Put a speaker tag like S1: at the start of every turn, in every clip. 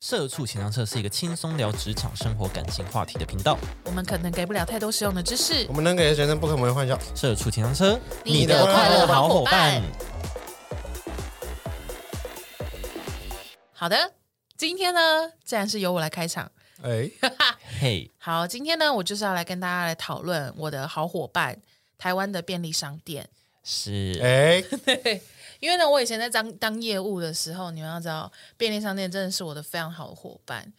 S1: 社畜情商社是一个轻松聊职场、生活、感情话题的频道。
S2: 我们可能给不了太多实用的知识
S3: 我。们能给的学生不可磨灭幻想。
S1: 社畜情商社，
S2: 你
S3: 的快乐
S2: 好伙伴。好的，今天呢，自然是由我来开场。
S3: 哎，
S1: 嘿，
S2: 好，今天呢，我就是要来跟大家来讨论我的好伙伴台湾的便利商店。
S1: 是
S3: 哎，
S2: 因为呢，我以前在当当业务的时候，你们要知道，便利商店真的是我的非常好的伙伴。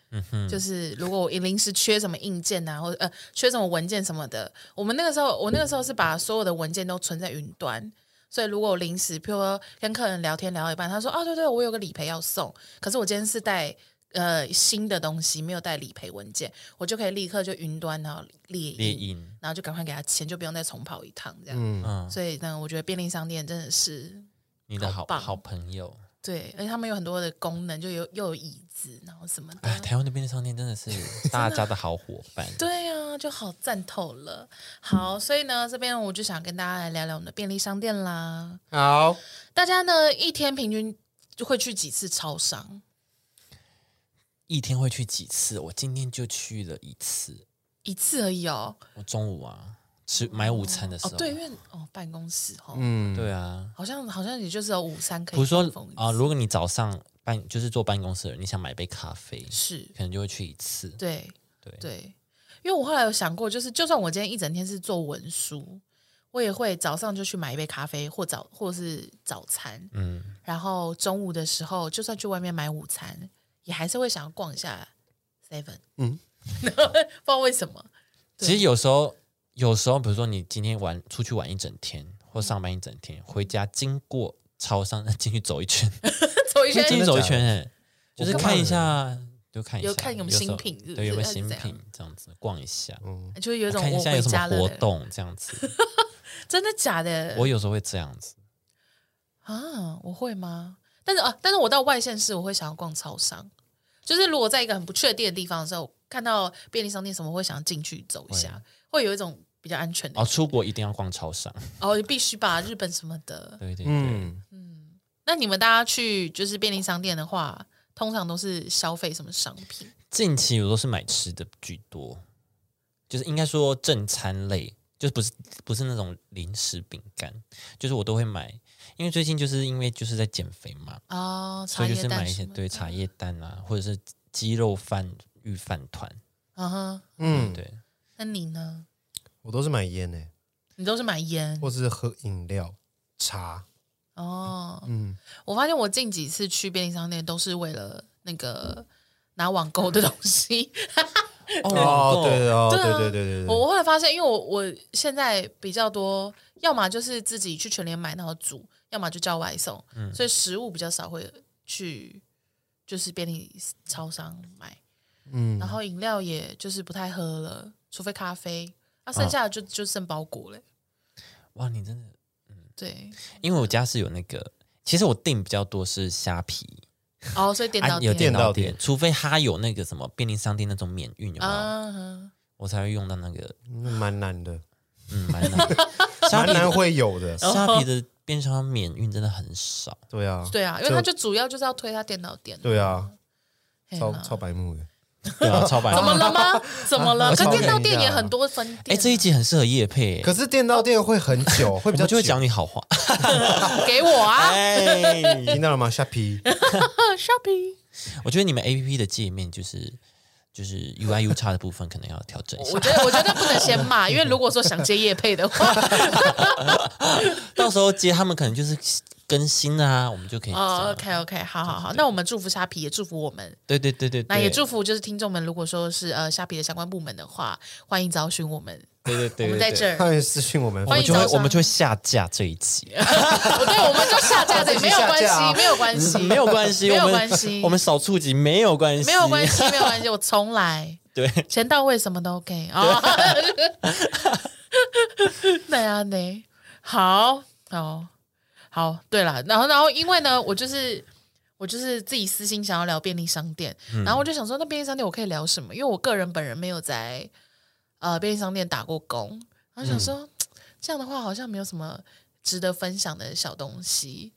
S2: 就是如果我临时缺什么硬件啊，或者呃缺什么文件什么的，我们那个时候，我那个时候是把所有的文件都存在云端。所以如果我临时，譬如说跟客人聊天聊到一半，他说：“啊，对对，我有个理赔要送，可是我今天是带呃新的东西，没有带理赔文件，我就可以立刻就云端然后列印，
S1: 猎鹰，
S2: 然后就赶快给他签，就不用再重跑一趟这样。
S3: 嗯，
S1: 嗯，
S2: 所以呢，我觉得便利商店真的是
S1: 你的好
S2: 好棒
S1: 好朋友。
S2: 对，而且他们有很多的功能，就有又有椅子，然后什么
S1: 哎，
S2: 的。
S1: 台湾的便利商店真的是大家的好伙 伴。
S2: 对啊，就好赞透了。好，所以呢，这边我就想跟大家来聊聊我们的便利商店啦。
S3: 好，
S2: 大家呢一天平均就会去几次超商？
S1: 一天会去几次？我今天就去了一次。
S2: 一次而已哦。
S1: 我中午啊，吃买午餐的时
S2: 哦，
S1: 候，
S2: 对，因为哦办公室哦，
S3: 嗯，
S1: 对啊，
S2: 好像好像也就是有午餐可以
S1: 比如说
S2: 放风一次
S1: 啊、如果你早上办就是坐办公室的人，你想买杯咖啡，
S2: 是
S1: 可能就会去一次。
S2: 对
S1: 对
S2: 对，因为我后来有想过，就是就算我今天一整天是做文书，我也会早上就去买一杯咖啡或早或是早餐，
S1: 嗯，
S2: 然后中午的时候就算去外面买午餐，也还是会想要逛一下 Seven。嗯
S3: 嗯，
S2: 不知道为什么。 对
S1: 其实有时候有时候，比如说你今天玩出去玩一整天，或上班一整天，回家经过超商进去走一圈，
S2: 走一
S1: 会
S2: 圈
S1: 进去走一圈、哎，就
S3: 真
S1: 是
S3: 的假的
S1: 看一下，就看一下，
S2: 有看有没有
S1: 时候
S2: 新品是不是
S1: 对，有没有
S2: 还是
S1: 新
S2: 怎样
S1: 品这样子逛一下，
S3: 嗯
S2: 就有一种
S1: 看一
S2: 我
S1: 下有
S2: 回
S1: 什
S2: 家
S1: 么
S2: 了
S1: 活
S2: 的，
S1: 动这样子。
S2: 真的假的？
S1: 我有时候会这样子，
S2: 啊，我会吗？但是啊，但是我到外县市，我会想要逛超商。就是如果在一个很不确定的地方的时候，看到便利商店什么，我会想进去走一下，会有一种比较安全的
S1: 哦，。出国一定要逛超商，
S2: 哦，必须吧，日本什么的。
S1: 对对对。
S3: 嗯，
S2: 那你们大家去就是便利商店的话，通常都是消费什么商
S1: 哦
S2: 品？
S1: 近期我都是买吃的居多，就是应该说正餐类，就不是不是那种零食饼干，就是我都会买，因为最近就是因为就是在减肥嘛，
S2: 哦，茶
S1: 所以就
S2: 叶
S1: 是买
S2: 蛋
S1: 一
S2: 什
S1: 些
S2: 么
S1: 对茶叶蛋啊，或者是鸡肉饭、玉饭团，
S2: 啊哈，
S3: 嗯，
S1: 对，
S2: 那你呢？
S3: 我都是买烟诶，
S2: 你都是买烟
S3: 或是喝饮料、茶，
S2: 哦。
S3: 嗯，
S2: 我发现我近几次去便利商店都是为了那个拿网购的东西。
S3: 哦，对哦，对
S2: 对啊
S3: 对对对对
S2: 我
S3: 对，
S2: 我后来发现，因为我我现在比较多，要么就是自己去全联买然后煮，要么就叫外送，
S3: 嗯
S2: 所以食物比较少会去就是便利超商买，
S3: 嗯
S2: 然，后饮料也就是不太喝了，除非咖啡，那、
S3: 啊
S2: 剩下的就、就剩包裹了。
S1: 哇，你真的，
S2: 对，
S1: 因为我家是有那个，其实我订比较多是虾皮，啊
S2: 哦，所以
S3: 啊
S2: 点到
S1: 有
S2: 点
S1: 电
S3: 到
S1: 脑
S3: 店
S1: 店，除非它有那个什么便利商店那种免运有没有，
S2: 啊，嗯
S1: 我才会用到那个，
S3: 那蛮难的，
S1: 嗯，蛮难的。
S3: 蛮难会有的，
S1: 虾皮的边商免运真的很少，
S3: 对啊，
S2: 对啊，因为他就主要就是要推他电脑店。
S3: 对啊，
S2: 嘿
S3: 超
S2: 啦
S3: 超白目的，
S1: 对啊，超白
S2: 怎么了 吗？怎么了？
S3: 啊
S2: 可
S3: 超
S2: 电到
S3: 便
S2: 店
S3: 宜的
S2: 也
S3: 啊
S2: 很多分
S1: 哎，
S2: 店啊。
S1: 这一集很适合叶配，
S3: 可是电到店会很久，
S1: 我
S3: 会比较
S1: 们就会
S3: 久
S1: 讲你好话。
S2: 给我啊
S1: 哎，
S3: 听到了吗？虾皮，哎
S2: ，shopping。
S1: 我觉得你们 A P P 的界面就是就是 U I U 差的部分，可能要调整一下
S2: 我。觉得我觉得不能先骂，因为如果说想接叶配的话，哦
S1: 到时候接他们可能就是更新啊，我们就可以讲。
S2: 哦，OK OK，好好好，那我们祝福虾皮，也祝福我们，
S1: 对对对对，对
S2: 那也祝福就是听众们，如果说是呃虾皮的相关部门的话，欢迎找寻我们，
S1: 对对对，
S2: 我们在这
S1: 儿，
S3: 他
S2: 儿，
S3: 们私信我们，
S1: 我
S2: 欢
S1: 们
S2: 迎
S1: 就
S2: 招
S1: 会
S2: 商
S1: 我们就会下架这一 集，
S2: 哦对，我们就下架这，没有关
S3: 下架啊
S2: 系，没有关系，
S1: 没有关系，
S2: 没有
S1: 我们
S2: 关系
S1: 我们少触及 没有关系，
S2: 没有关，系，没有关系，我重来，
S1: 对，
S2: 钱到位什么都 OK 啊。那样呢？啊好，哦，好，对了，然后然后因为呢，我就是我就是自己私心想要聊便利商店，然后我就想说，那便利商店我可以聊什么？因为我个人本人没有在呃便利商店打过工，然后想说、这样的话好像没有什么值得分享的小东西，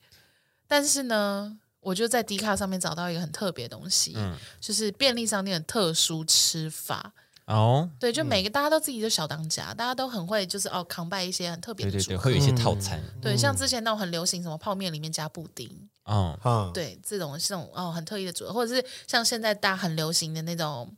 S2: 但是呢。我我就在 D 卡上面找到一个很特别的东西，就是便利商店的特殊吃法。
S1: 哦，
S2: 对，就每个、大家都自己的小当家，大家都很会就是哦扛拜一些很特别
S1: 对
S2: 的
S1: 对
S2: 组
S1: 对，
S2: 合。
S1: 会有嗯一些套餐，
S2: 对像之前那种很流行什么泡面里面加布丁，
S1: 哦，
S3: 啊，
S2: 对这种这种哦很特意的组合，或者是像现在大家很流行的那种。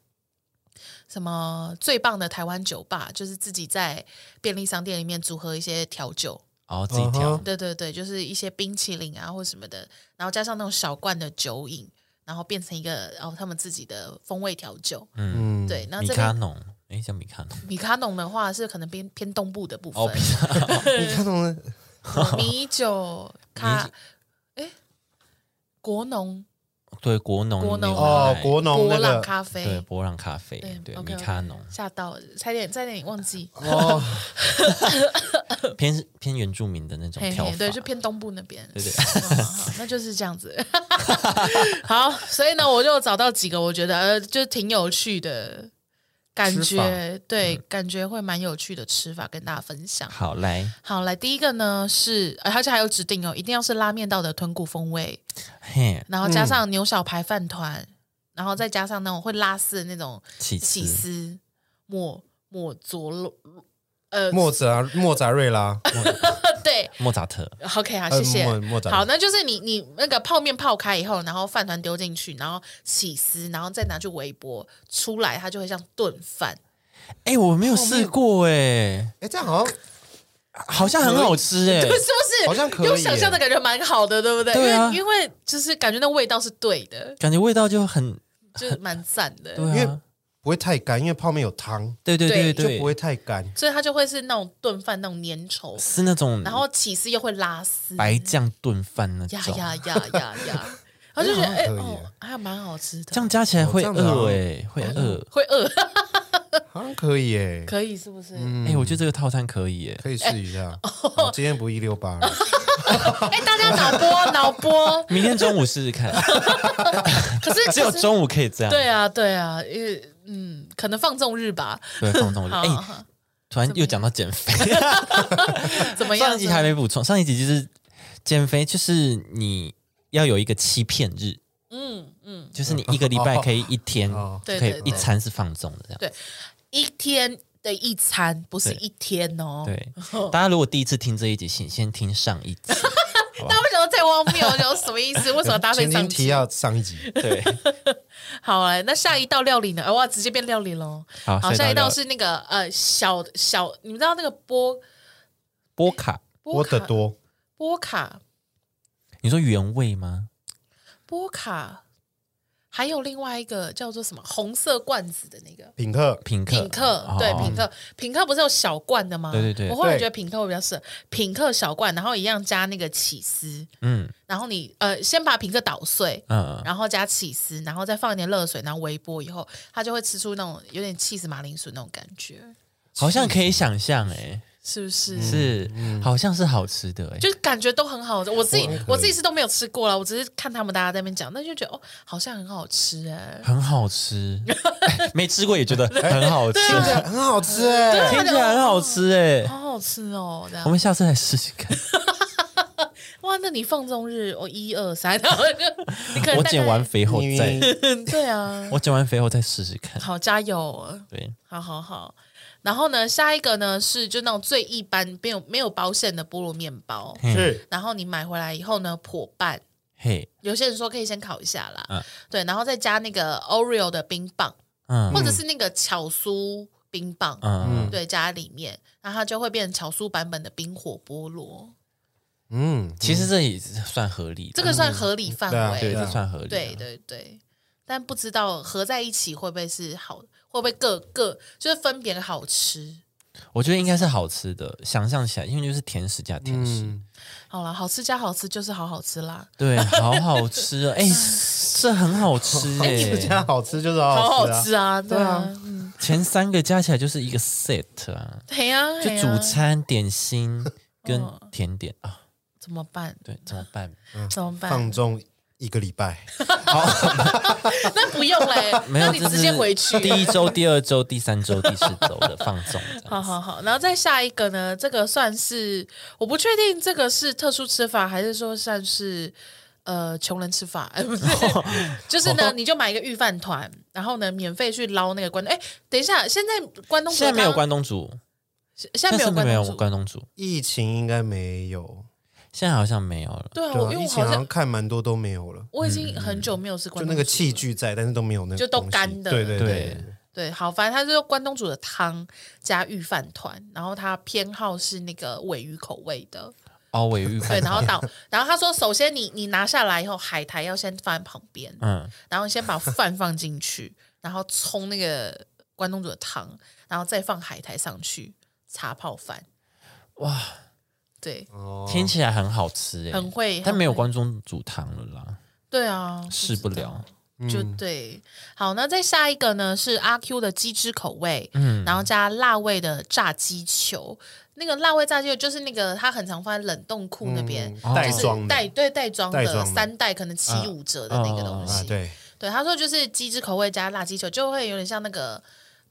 S2: 什么最棒的台湾酒吧，就是自己在便利商店里面组合一些调酒，
S1: 然后自己调
S3: 嗯哼
S2: 对对对，就是一些冰淇淋啊或什么的，然后加上那种小罐的酒饮，然后变成一个哦他们自己的风味调酒。
S3: 嗯，
S2: 对，那
S1: 米
S2: 这
S1: 卡
S2: 边
S1: 农，哎，叫米卡农，
S2: 米卡农的话是可能偏偏东部的部分，
S1: 哦，米卡
S3: 你看懂了，
S2: 米酒
S1: 米
S2: 咖，哎，国农
S1: 对国农
S2: 国农
S1: 牛
S3: 哦，
S1: 奶
S3: 国农
S2: 博
S3: 那
S2: 朗
S3: 个，
S2: 咖
S1: 对
S2: 啡。
S1: 博朗咖啡
S2: 对，
S1: 对
S2: OK，OK
S1: 米卡农，
S2: 吓到了，差点差点你忘记，
S3: 哦，
S1: 偏偏原住民的那种
S2: 嘿
S1: 调
S2: 嘿，
S1: 法，
S2: 对，就偏东部那边，
S1: 对对
S2: 好好好那就是这样子。 好，所以呢，我就找到几个我觉得呃，就挺有趣的感
S3: 吃法
S2: 觉，对，感觉会蛮有趣的吃法跟大家分享。
S1: 好来，
S2: 好，来第一个呢是，呃而且还有指定哦，一定要是拉面道的豚骨风味，
S1: 嘿，
S2: 然后加上牛小排饭团，然后再加上那种会拉丝的那种
S1: 起
S2: 起
S1: 司，
S2: 司抹抹佐罗，呃，
S3: 莫扎莫扎瑞拉，
S2: 对，
S1: 莫扎特，
S2: OK 啊，
S3: 呃
S2: 谢谢
S3: 莫莫。扎
S2: 好，那就是你你那个泡面泡开以后，然后饭团丢进去，然后起司，然后再拿去微波，出来它就会像炖饭。
S1: 哎，我没有试过哎，
S3: 哎，这样好像
S1: 好像很好吃哎
S2: 对，， 是不是？
S3: 好像可以
S2: 用想象的感觉蛮好的，对不对？
S1: 对啊
S2: 因为因为就是感觉那味道是对的，
S1: 感觉味道就很
S2: 就是蛮赞的。
S1: 对
S3: 因为
S1: 啊，
S3: 不会太干，因为泡面有汤，
S1: 对对对
S3: 就
S1: 对，
S3: 不会太干。
S2: 所以它就会是那种炖饭那种粘稠，
S1: 是那种
S2: 然后起司又会拉
S3: 嗯
S2: 丝，
S1: 白酱炖饭那
S2: 呀
S1: 种，
S2: 呀呀呀呀，然后就觉得
S3: 好像
S2: 哎、
S3: 可以
S2: 哦，还蛮好吃
S1: 这
S2: 的，嗯
S1: 样加起来会
S3: 哦这样子
S1: 饿
S3: 啊
S1: 哎，会饿
S2: 会饿，
S3: 好像可以耶，嗯
S2: 可以是不是？
S1: 哎，我觉得这个套餐可以哎。
S3: 可以试一下。
S2: 哦
S3: 我今天不一六八，
S2: 哎、大家脑波脑波，
S1: 明天中午试试 看，
S2: 可是
S1: 只有
S2: 可是
S1: 中午可以这样。
S2: 对啊，对啊，因为嗯，可能放纵日吧。
S1: 对，放纵我就
S2: 好，
S1: 哎、
S2: 好
S1: 突然又讲到减肥，
S2: 怎么样？
S1: 上一集还没补充，上一集就是减肥，就是你要有一个欺骗日，
S2: 嗯嗯，
S1: 就是你一个礼拜可以一天，
S3: 哦
S1: 就可以
S2: 对对
S1: 一
S2: 对
S1: 餐是放纵的这样。
S2: 对，一天的一餐不是
S1: 对
S2: 一天哦。
S1: 对，大家如果第一次听这一集，请先听上一 集。
S2: 那为什么太荒谬？我想说什么意思？为什么搭配
S3: 前
S2: 上
S3: 情提要上一集，
S1: 对，
S2: 好哎，那下一道料理呢？哎哇，直接变料理喽。
S1: 好，
S2: 好，下
S1: 啊一
S2: 一道是那个呃小小，你们知道那个波
S1: 波卡，
S3: 我
S2: 波
S3: 的
S2: 卡
S3: 多，
S2: 波卡
S1: 你说原味吗？
S2: 波卡，还有另外一个叫做什么红色罐子的那个。
S3: 品客
S1: 品客，
S2: 品客
S1: 哦
S2: 对品客，品客不是有小罐的吗？
S1: 对对对
S2: 我后来
S3: 对
S2: 觉得品客会比较适合，品客小罐，然后一样加那个起司，
S1: 嗯
S2: 然后你呃先把品客捣碎，
S1: 嗯，
S2: 然后加起司，然后再放一点热水，然后微波以后，它就会吃出那种有点气死马铃薯那种感觉，
S1: 好像可以想象，哎，
S2: 是不是？
S3: 嗯
S1: 是，好像是好吃的，哎，
S2: 就是感觉都很好吃，我自己
S3: 我也可以
S2: 我自己是都没有吃过了，我只是看他们大家在那边讲，但就觉得哦，好像很好吃哎、
S1: 很好 吃，哎没吃过也觉得很好吃。
S2: 啊
S3: 听起来很好吃哎，
S1: 听起来很好吃哎、
S2: 好好吃哦，这样
S1: 我们下次来试试看。
S2: 哇，那你放纵日我一 二三， 然后就 你可能
S1: 我
S2: 大概
S1: 减完肥后
S3: 因
S1: 再，
S3: 为
S2: 对啊，
S1: 我减完肥后再试试看。
S2: 好加油，
S1: 对，
S2: 好好好。然后呢，下一个呢是就那种最一般没有没有包馅的菠萝面包，
S1: 嗯
S3: 是
S2: 然后你买回来以后呢，破半。
S1: 嘿，
S2: 有些人说可以先烤一下啦，
S1: 嗯
S2: 对，然后再加那个 Oreo 的冰棒，
S1: 嗯
S2: 或者是那个巧酥冰棒，
S1: 嗯，
S2: 对，加在里面，然后它就会变成巧酥版本的冰火菠萝，
S3: 嗯，
S1: 其实这也是算合理的，
S2: 这个算合理范
S3: 对啊
S2: 围，
S1: 对，这算合理的。
S2: 对对对，但不知道合在一起会不会是好，会不会各各就是分别好吃？
S1: 我觉得应该是好吃的，想象起来，因为就是甜食加甜食，
S3: 嗯，
S2: 好了，好吃加好吃就是好好吃啦，
S1: 对，好好吃 哦，哎，这很好吃哎、
S3: 这家好吃就是
S2: 好
S3: 好
S2: 嗯好
S3: 吃啊，
S2: 吃啊，对啊，
S1: 前三个加起来就是一个 set 啊，
S2: 对呀，
S1: 就
S2: 嘿啊哦
S1: 主餐、点 心跟甜点啊，
S2: 怎么办？
S1: 对，怎么办？
S2: 怎么办
S3: 放？纵一个礼拜，
S2: 那不用嘞，
S1: 没有，
S2: 那你
S1: 这
S2: 直接
S1: 是
S2: 回去。
S1: 第一周、第二周、第三周、第四周的放纵，这样
S2: 好好好，然后再下一个呢？这个算是我不确定这个是特殊吃法，还是说算是呃穷人吃法， 呃 不是，就是
S1: 哦
S2: 呢，你就买一个御饭团，然后呢免费去捞那个关东。哎，等一下，现在关东煮
S1: 现在没有
S2: 汤，
S1: 关东煮，
S2: 现在没有
S1: 但是没
S2: 关
S1: 有
S2: 东煮，
S1: 关东煮，
S3: 疫情应该没有，
S1: 现在好像没有了。
S2: 对啊，
S3: 对
S2: 我
S3: 啊，
S2: 因为
S3: 疫
S2: 我
S3: 情
S2: 好
S3: 好像
S2: 像
S3: 看蛮多都没有了，
S2: 我已
S1: 嗯
S2: 经很久没有吃关
S3: 就
S2: 东
S3: 那个
S2: 煮
S3: 器
S2: 了
S3: 具在，但是都没有那个
S2: 就都
S3: 东西
S2: 干的
S3: 对对
S1: 对
S3: 对，
S2: 对，好，反正它就是关东煮的汤加御饭团，然后它偏好是那个尾鱼口味的，
S1: 哦，尾鱼
S2: 对，
S1: 饭，
S2: 然后倒，然后他说，首先你你拿下来以后，海苔要先放在旁边，
S1: 嗯，
S2: 然后先把饭放进去，然后冲那个关东煮的汤，然后再放海苔上去，茶泡饭，
S1: 哇，
S2: 对，
S3: 哦
S1: 听起来很好吃哎、
S2: 很会，
S1: 但没有
S2: 很会，
S1: 关中煮汤了啦，
S2: 对啊，
S1: 试不了。
S2: 就对。好，那再下一个呢是阿 Q 的鸡汁口味，然后加辣味的炸鸡球。那个辣味炸鸡球就是那个它很常放在冷冻库那边，
S3: 嗯袋
S2: 就是
S3: 装的
S2: 袋对袋装
S3: 袋装的
S2: 三袋可能七
S1: 啊
S2: 五折的那个东
S3: 啊
S2: 西。
S3: 对，
S2: 对，他说就是鸡汁口味加辣鸡球，就会有点像那个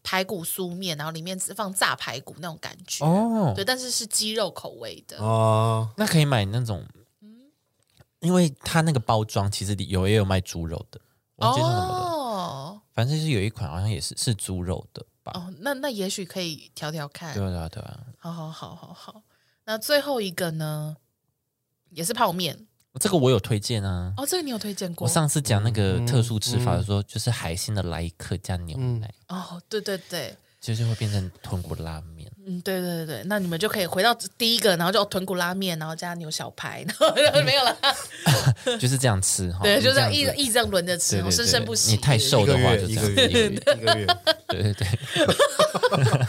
S2: 排骨酥面，然后里面只放炸排骨那种感觉。
S1: 哦，
S2: 对，但是是鸡肉口味的。
S3: 哦，
S1: 那可以买那种，
S2: 嗯
S1: 因为它那个包装其实里有也有卖猪肉的，我忘记是什么的，
S2: 哦
S1: 反正就是有一款好像也是是猪肉的吧。
S2: 哦，那那也许可以调调看
S1: 对。啊对啊对啊，
S2: 好好好好好。那最后一个呢，也是泡面
S1: 这个我有推荐啊。
S2: 哦，这个你有推荐过
S1: 我？上次讲那个
S3: 嗯嗯
S1: 特殊吃法的时候，就是海鲜的来一克加牛奶，
S2: 哦，对对对，
S1: 就是会变成豚骨拉面。
S2: 嗯，对对对对，那你们就可以回到第一个，然后就豚骨拉面，然后加牛小排， 然后没有了，
S1: 就是这样吃哈。
S2: 对，就这
S1: 这
S2: 样
S1: 样
S2: 一
S1: 子
S2: 一这样轮着吃，
S1: 对
S2: 然后
S1: 对
S2: 生
S1: 对
S2: 生不息。
S1: 你太瘦
S3: 一个
S1: 的话
S3: 月
S1: 就这
S3: 一
S1: 样
S3: 个
S1: 子。
S3: 月
S1: 一个月
S3: 一个月，
S1: 对对对，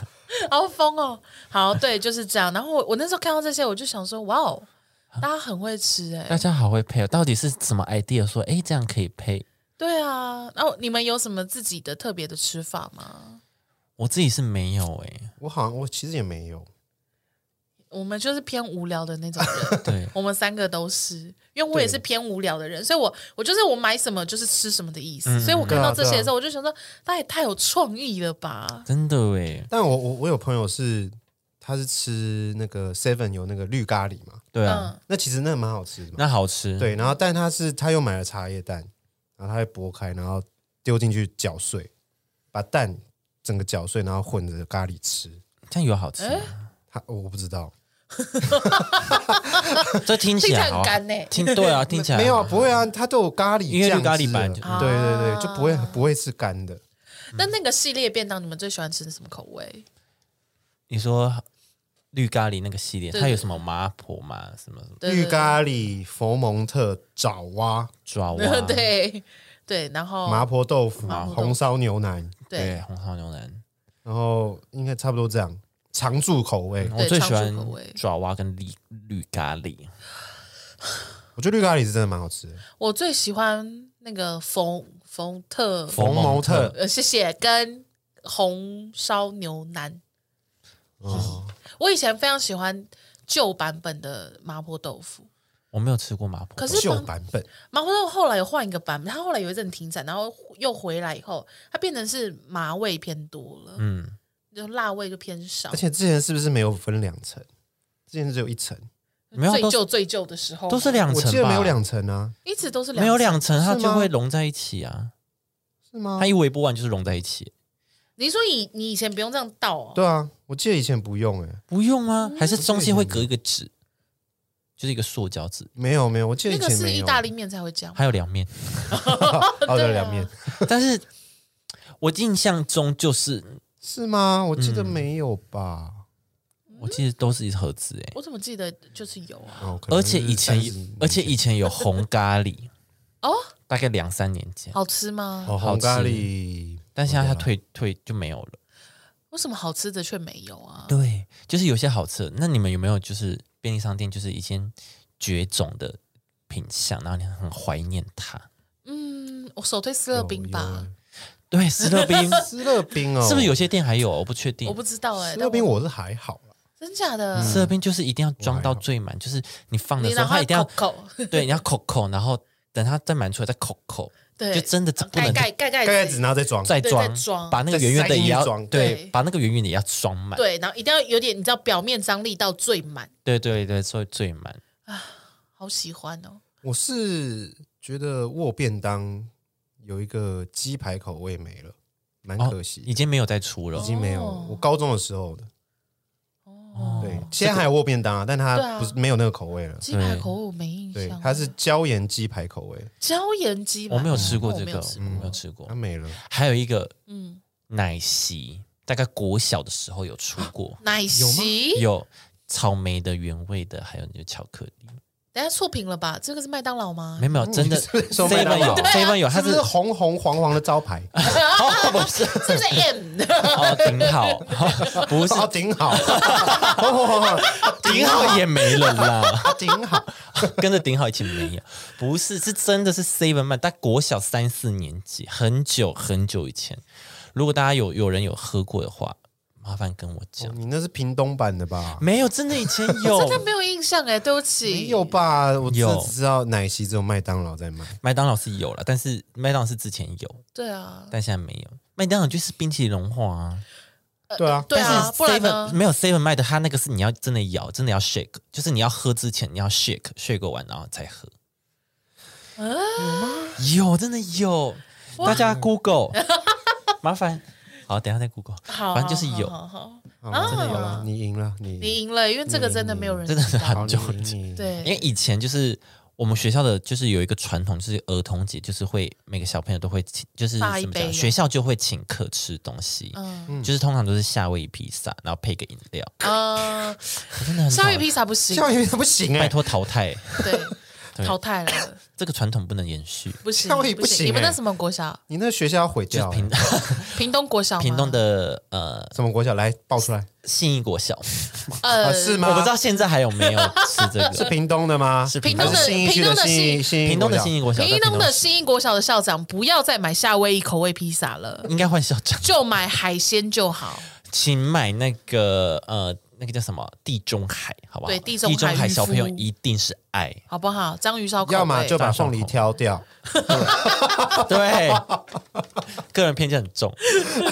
S2: 好疯哦！好，对，就是这样。然后我我那时候看到这些，我就想说，哇哦，
S1: 啊
S2: 大家很会吃哎、
S1: 大家好会配哦。到底是什么 idea 说，哎，这样可以配？
S2: 对啊，然后你们有什么自己的特别的吃法吗？
S1: 我自己是没有哎、，
S3: 我好像我其实也没有，
S2: 我们就是偏无聊的那种人
S1: 对，
S2: 我们三个都是，因为我也是偏无聊的人，所以我我就是我买什么就是吃什么的意思。所以我看到这些的时候，我就想说，他也太有创意了吧？
S1: 真的哎，
S3: 但我我我有朋友是，他是吃那个 Seven 有那个绿咖喱嘛，
S1: 对啊，
S2: 嗯，
S3: 那其实那蛮好吃的嘛，
S1: 那好吃，，
S3: 对，然后但他是他又买了茶叶蛋，然后他会剥开，然后丢进去搅碎，把蛋整个搅碎，然后混着咖喱吃。
S1: 这样有好吃吗，
S3: 他我不知道，
S1: 这听
S2: 听
S1: 起
S2: 起来
S1: 来
S2: 很
S1: 好啊
S2: 干呢、欸。
S1: 听对啊，听起来
S3: 没有啊，
S1: 好
S3: 不会啊，他都有咖喱酱
S1: 因为绿咖喱本
S3: 汁
S1: 来
S3: 了
S1: 就
S3: 对对对，就不会不会是干的。
S2: 那那个系列便当，你们最喜欢吃的什么口味？
S1: 你说绿咖喱那个系列，
S2: 对
S1: 它有什么麻婆嘛，什么什么
S2: 对
S3: 绿咖喱、佛蒙特、爪哇、
S1: 爪哇，
S2: 对对，然后
S1: 哦
S3: 麻婆豆腐、
S2: 麻婆豆腐
S3: 红烧牛腩，
S2: 对
S1: 对，红烧牛腩，
S3: 然后应该差不多这样，常驻口味。
S1: 我最喜
S2: 常
S1: 欢
S2: 驻口味爪
S1: 爪哇跟绿绿咖喱，
S3: 我觉得绿咖喱是真的蛮好吃的。
S2: 我最喜欢那个冯冯特，
S1: 冯
S3: 冯蒙
S1: 蒙特
S3: 特，
S2: 呃，谢谢，跟红烧牛腩。
S3: 哦，
S2: 我以前非常喜欢旧版本的麻婆豆腐，
S1: 我没有吃过麻婆豆腐，
S2: 可是
S3: 旧
S2: 麻
S3: 版本
S2: 麻婆豆腐后来有换一个版本，它后来有一阵停产，然后又回来以后，它变成是麻味偏多了，
S1: 嗯，
S2: 就辣味就偏少
S3: 而。且之前是不是没有分两层？之前只有一层，
S1: 没有啊
S2: 最
S1: 都是
S2: 旧最旧的时候
S1: 都是，两
S3: 我
S1: 层吧，
S3: 记得没有两层啊，
S2: 一直都是两
S1: 没有两层，它
S3: 是
S1: 就
S3: 吗
S1: 会融在一起啊。
S3: 是吗
S1: 它？一微波完就是融在一起，
S2: 你说以你以前不用这样倒哦，
S3: 对啊，我记得以前不用哎、
S1: 不用啊吗？还是中间会隔一个纸，就是一个塑胶纸，
S3: 没有没有，我记得
S2: 那
S3: 以
S2: 个
S3: 前
S2: 是
S3: 没
S2: 意
S3: 有。
S2: 大利面才会这样。
S1: 还有凉面。
S3: 哦，
S2: 对啊
S3: 对，两面
S1: 但是我印象中就是，
S3: 是吗？我
S1: 嗯
S3: 记得没有吧？
S1: 我记得都是一盒子哎、
S2: 我怎么记得就是有啊？
S3: 哦，可能
S1: 而且以前
S3: 是
S1: 有
S3: 30年，
S1: 而且以前有红咖喱，
S2: 哦，
S1: 大概两三年前，
S2: 好吃吗？
S3: 哦
S1: 好
S3: 红
S1: 吃
S3: 咖喱，
S1: 但现在它退
S3: 啊
S1: 退就没有了。
S2: 为什么好吃的却没有啊？
S1: 对，就是有些好吃的。那你们有没有就是便利商店就是一些绝种的品相，然后你很怀念它？
S2: 嗯，我首推斯乐冰吧，
S1: 对，斯乐冰
S3: 斯乐冰 哦，
S1: 是不是有些店还有？我不确定
S2: 我。不知道哎、
S3: 斯
S2: 但
S3: 乐冰？我是还好啦，
S2: 真假的，
S1: 斯乐冰嗯就是一定要装到最满，就是你放的
S2: 嗯你
S1: 时候，
S2: 然
S1: 它
S2: 后
S1: 一定要
S2: 口口
S1: 对，你要口口，然后等它再满出来再口口，
S2: 对，
S1: 就真的不
S2: 盖
S1: 能
S2: 盖盖盖
S3: 盖盖子然后再装，
S1: 再
S2: 对
S1: 装，
S2: 再装
S1: 把那个
S3: 再
S1: 圆圆
S3: 塞
S1: 的
S3: 进
S1: 也
S3: 去
S1: 要
S3: 装
S1: 对
S2: 对，
S1: 把那个圆圆的也要装满，
S2: 对，然后一定要有点，你知道表面张力到最满，
S1: 对对对，所以最满。
S2: 好喜欢哦。
S3: 我是觉得握便当有一个鸡排口味没了，蛮可惜，
S1: 哦已经没有再出了
S3: 已。经没有了。我高中的时候的，
S1: 哦
S3: 对，现在还有握便当啊，但
S2: 对
S3: 它
S2: 啊
S3: 不是没有那个口味了。
S2: 鸡排口味我没印
S3: 对
S2: 象了，，
S3: 它是椒盐鸡排口味，
S2: 椒盐鸡排，哦
S1: 我没有吃过这
S2: 我没有
S1: 个，
S2: 吃
S1: 我
S2: 过
S3: 嗯
S1: 没有吃过
S3: 它。没了。
S1: 还有一个
S2: 嗯，
S1: 奶昔，大概国小的时候有出过，
S2: 奶昔，
S1: 有草莓的原味的，还有就巧克力。
S2: 等一下错评了吧？这个是麦当劳吗
S1: 没？ 有没有， 真 的
S3: 你是不是说麦
S1: ，seven
S3: 当
S1: 有
S3: 劳
S1: seven 有，它
S3: 它
S1: 是
S3: 是红红黄黄的招牌，
S1: 哦不是
S2: 是不是 M？
S1: 哦顶好， 不是
S3: 哦，顶好，红 红黄黄，
S1: 顶好也没了啦，
S3: 啊顶好，
S1: 跟着顶好一起没有，不是是真的是 seven 卖，但国小三四年级，很久很久以前，如果大家有有人有喝过的话，麻烦跟我讲。
S3: 你那是屏东版的吧？
S1: 没有，哦 真的以前 有，
S2: 真的没有印象哎，对不起，
S3: 没有吧？我只
S1: 有
S3: 知道奶昔只有麦当劳在卖，
S1: 麦当劳是有了，但是麦当劳是之前有，
S2: 对啊，
S1: 但现在没有。麦当劳就是冰淇淋融化啊，
S3: 对啊，
S2: 对啊，
S1: 但是
S2: 不然
S1: seven
S2: 呢？
S1: 没有 seven 卖的，它那个是你要真的咬，真的要 shake，就是你要喝之前你要 shake shake 完然后才喝。
S2: 啊
S1: 有真的有，大家 Google，麻烦好，等一下再 Google，
S2: 好，
S1: 反正就是有，
S2: 好好好
S3: 好哦真的有了，你赢了，你
S2: 啊你赢了，因为这个真的没有人
S1: 嗯真的是
S2: 知道
S1: 很
S3: 好，你
S1: 久
S3: 赢你赢
S2: 对，
S1: 因为以前就是我们学校的，就是有一个传统，就是儿童节，就是会每个小朋友都会请，就是
S2: 发一
S1: 怎么
S2: 杯
S1: 讲，学校就会请客吃东西，
S2: 嗯
S1: 就是通常都是夏威夷披萨，然后配个饮料，
S2: 啊，
S1: 我真的很
S2: 夏威夷
S1: 讨
S2: 披萨不行，
S3: 校园不行
S1: 拜
S3: 哎，
S1: 托淘汰
S2: 对，淘汰了，
S1: 这个传统不能延续。
S2: 不行，
S3: 夏威夷不
S2: 不
S3: 行
S2: 你们
S3: 欸
S2: 那什么国小？
S3: 你那学校要毁掉，
S1: 屏
S2: 屏东国小吗？
S1: 屏东的呃
S3: 什么国小来报出来？
S1: 信义国小，
S2: 呃
S3: 啊，是吗
S1: 我不知道现在还有没有吃这 个。
S3: 是屏东的吗？
S1: 是
S2: 屏
S1: 屏
S2: 东
S3: 还
S2: 的
S3: 是新一区
S2: 屏东的
S3: 新
S2: 信
S3: 一新一
S1: 屏东的
S3: 国小
S1: 信义国小，
S2: 屏
S1: 在
S2: 东的
S1: 市
S2: 新英国小的校长不要再买夏威夷口味披萨了，
S1: 应该换校长，
S2: 就买海鲜就好。
S1: 请买那个呃那个叫什么地中海，好不好？
S2: 对地中海
S1: 海
S2: 渔夫
S1: 小朋友一定是爱，
S2: 好不好？章鱼烧口味，
S3: 要么就把凤梨挑掉，
S1: 对，个人偏见很 重。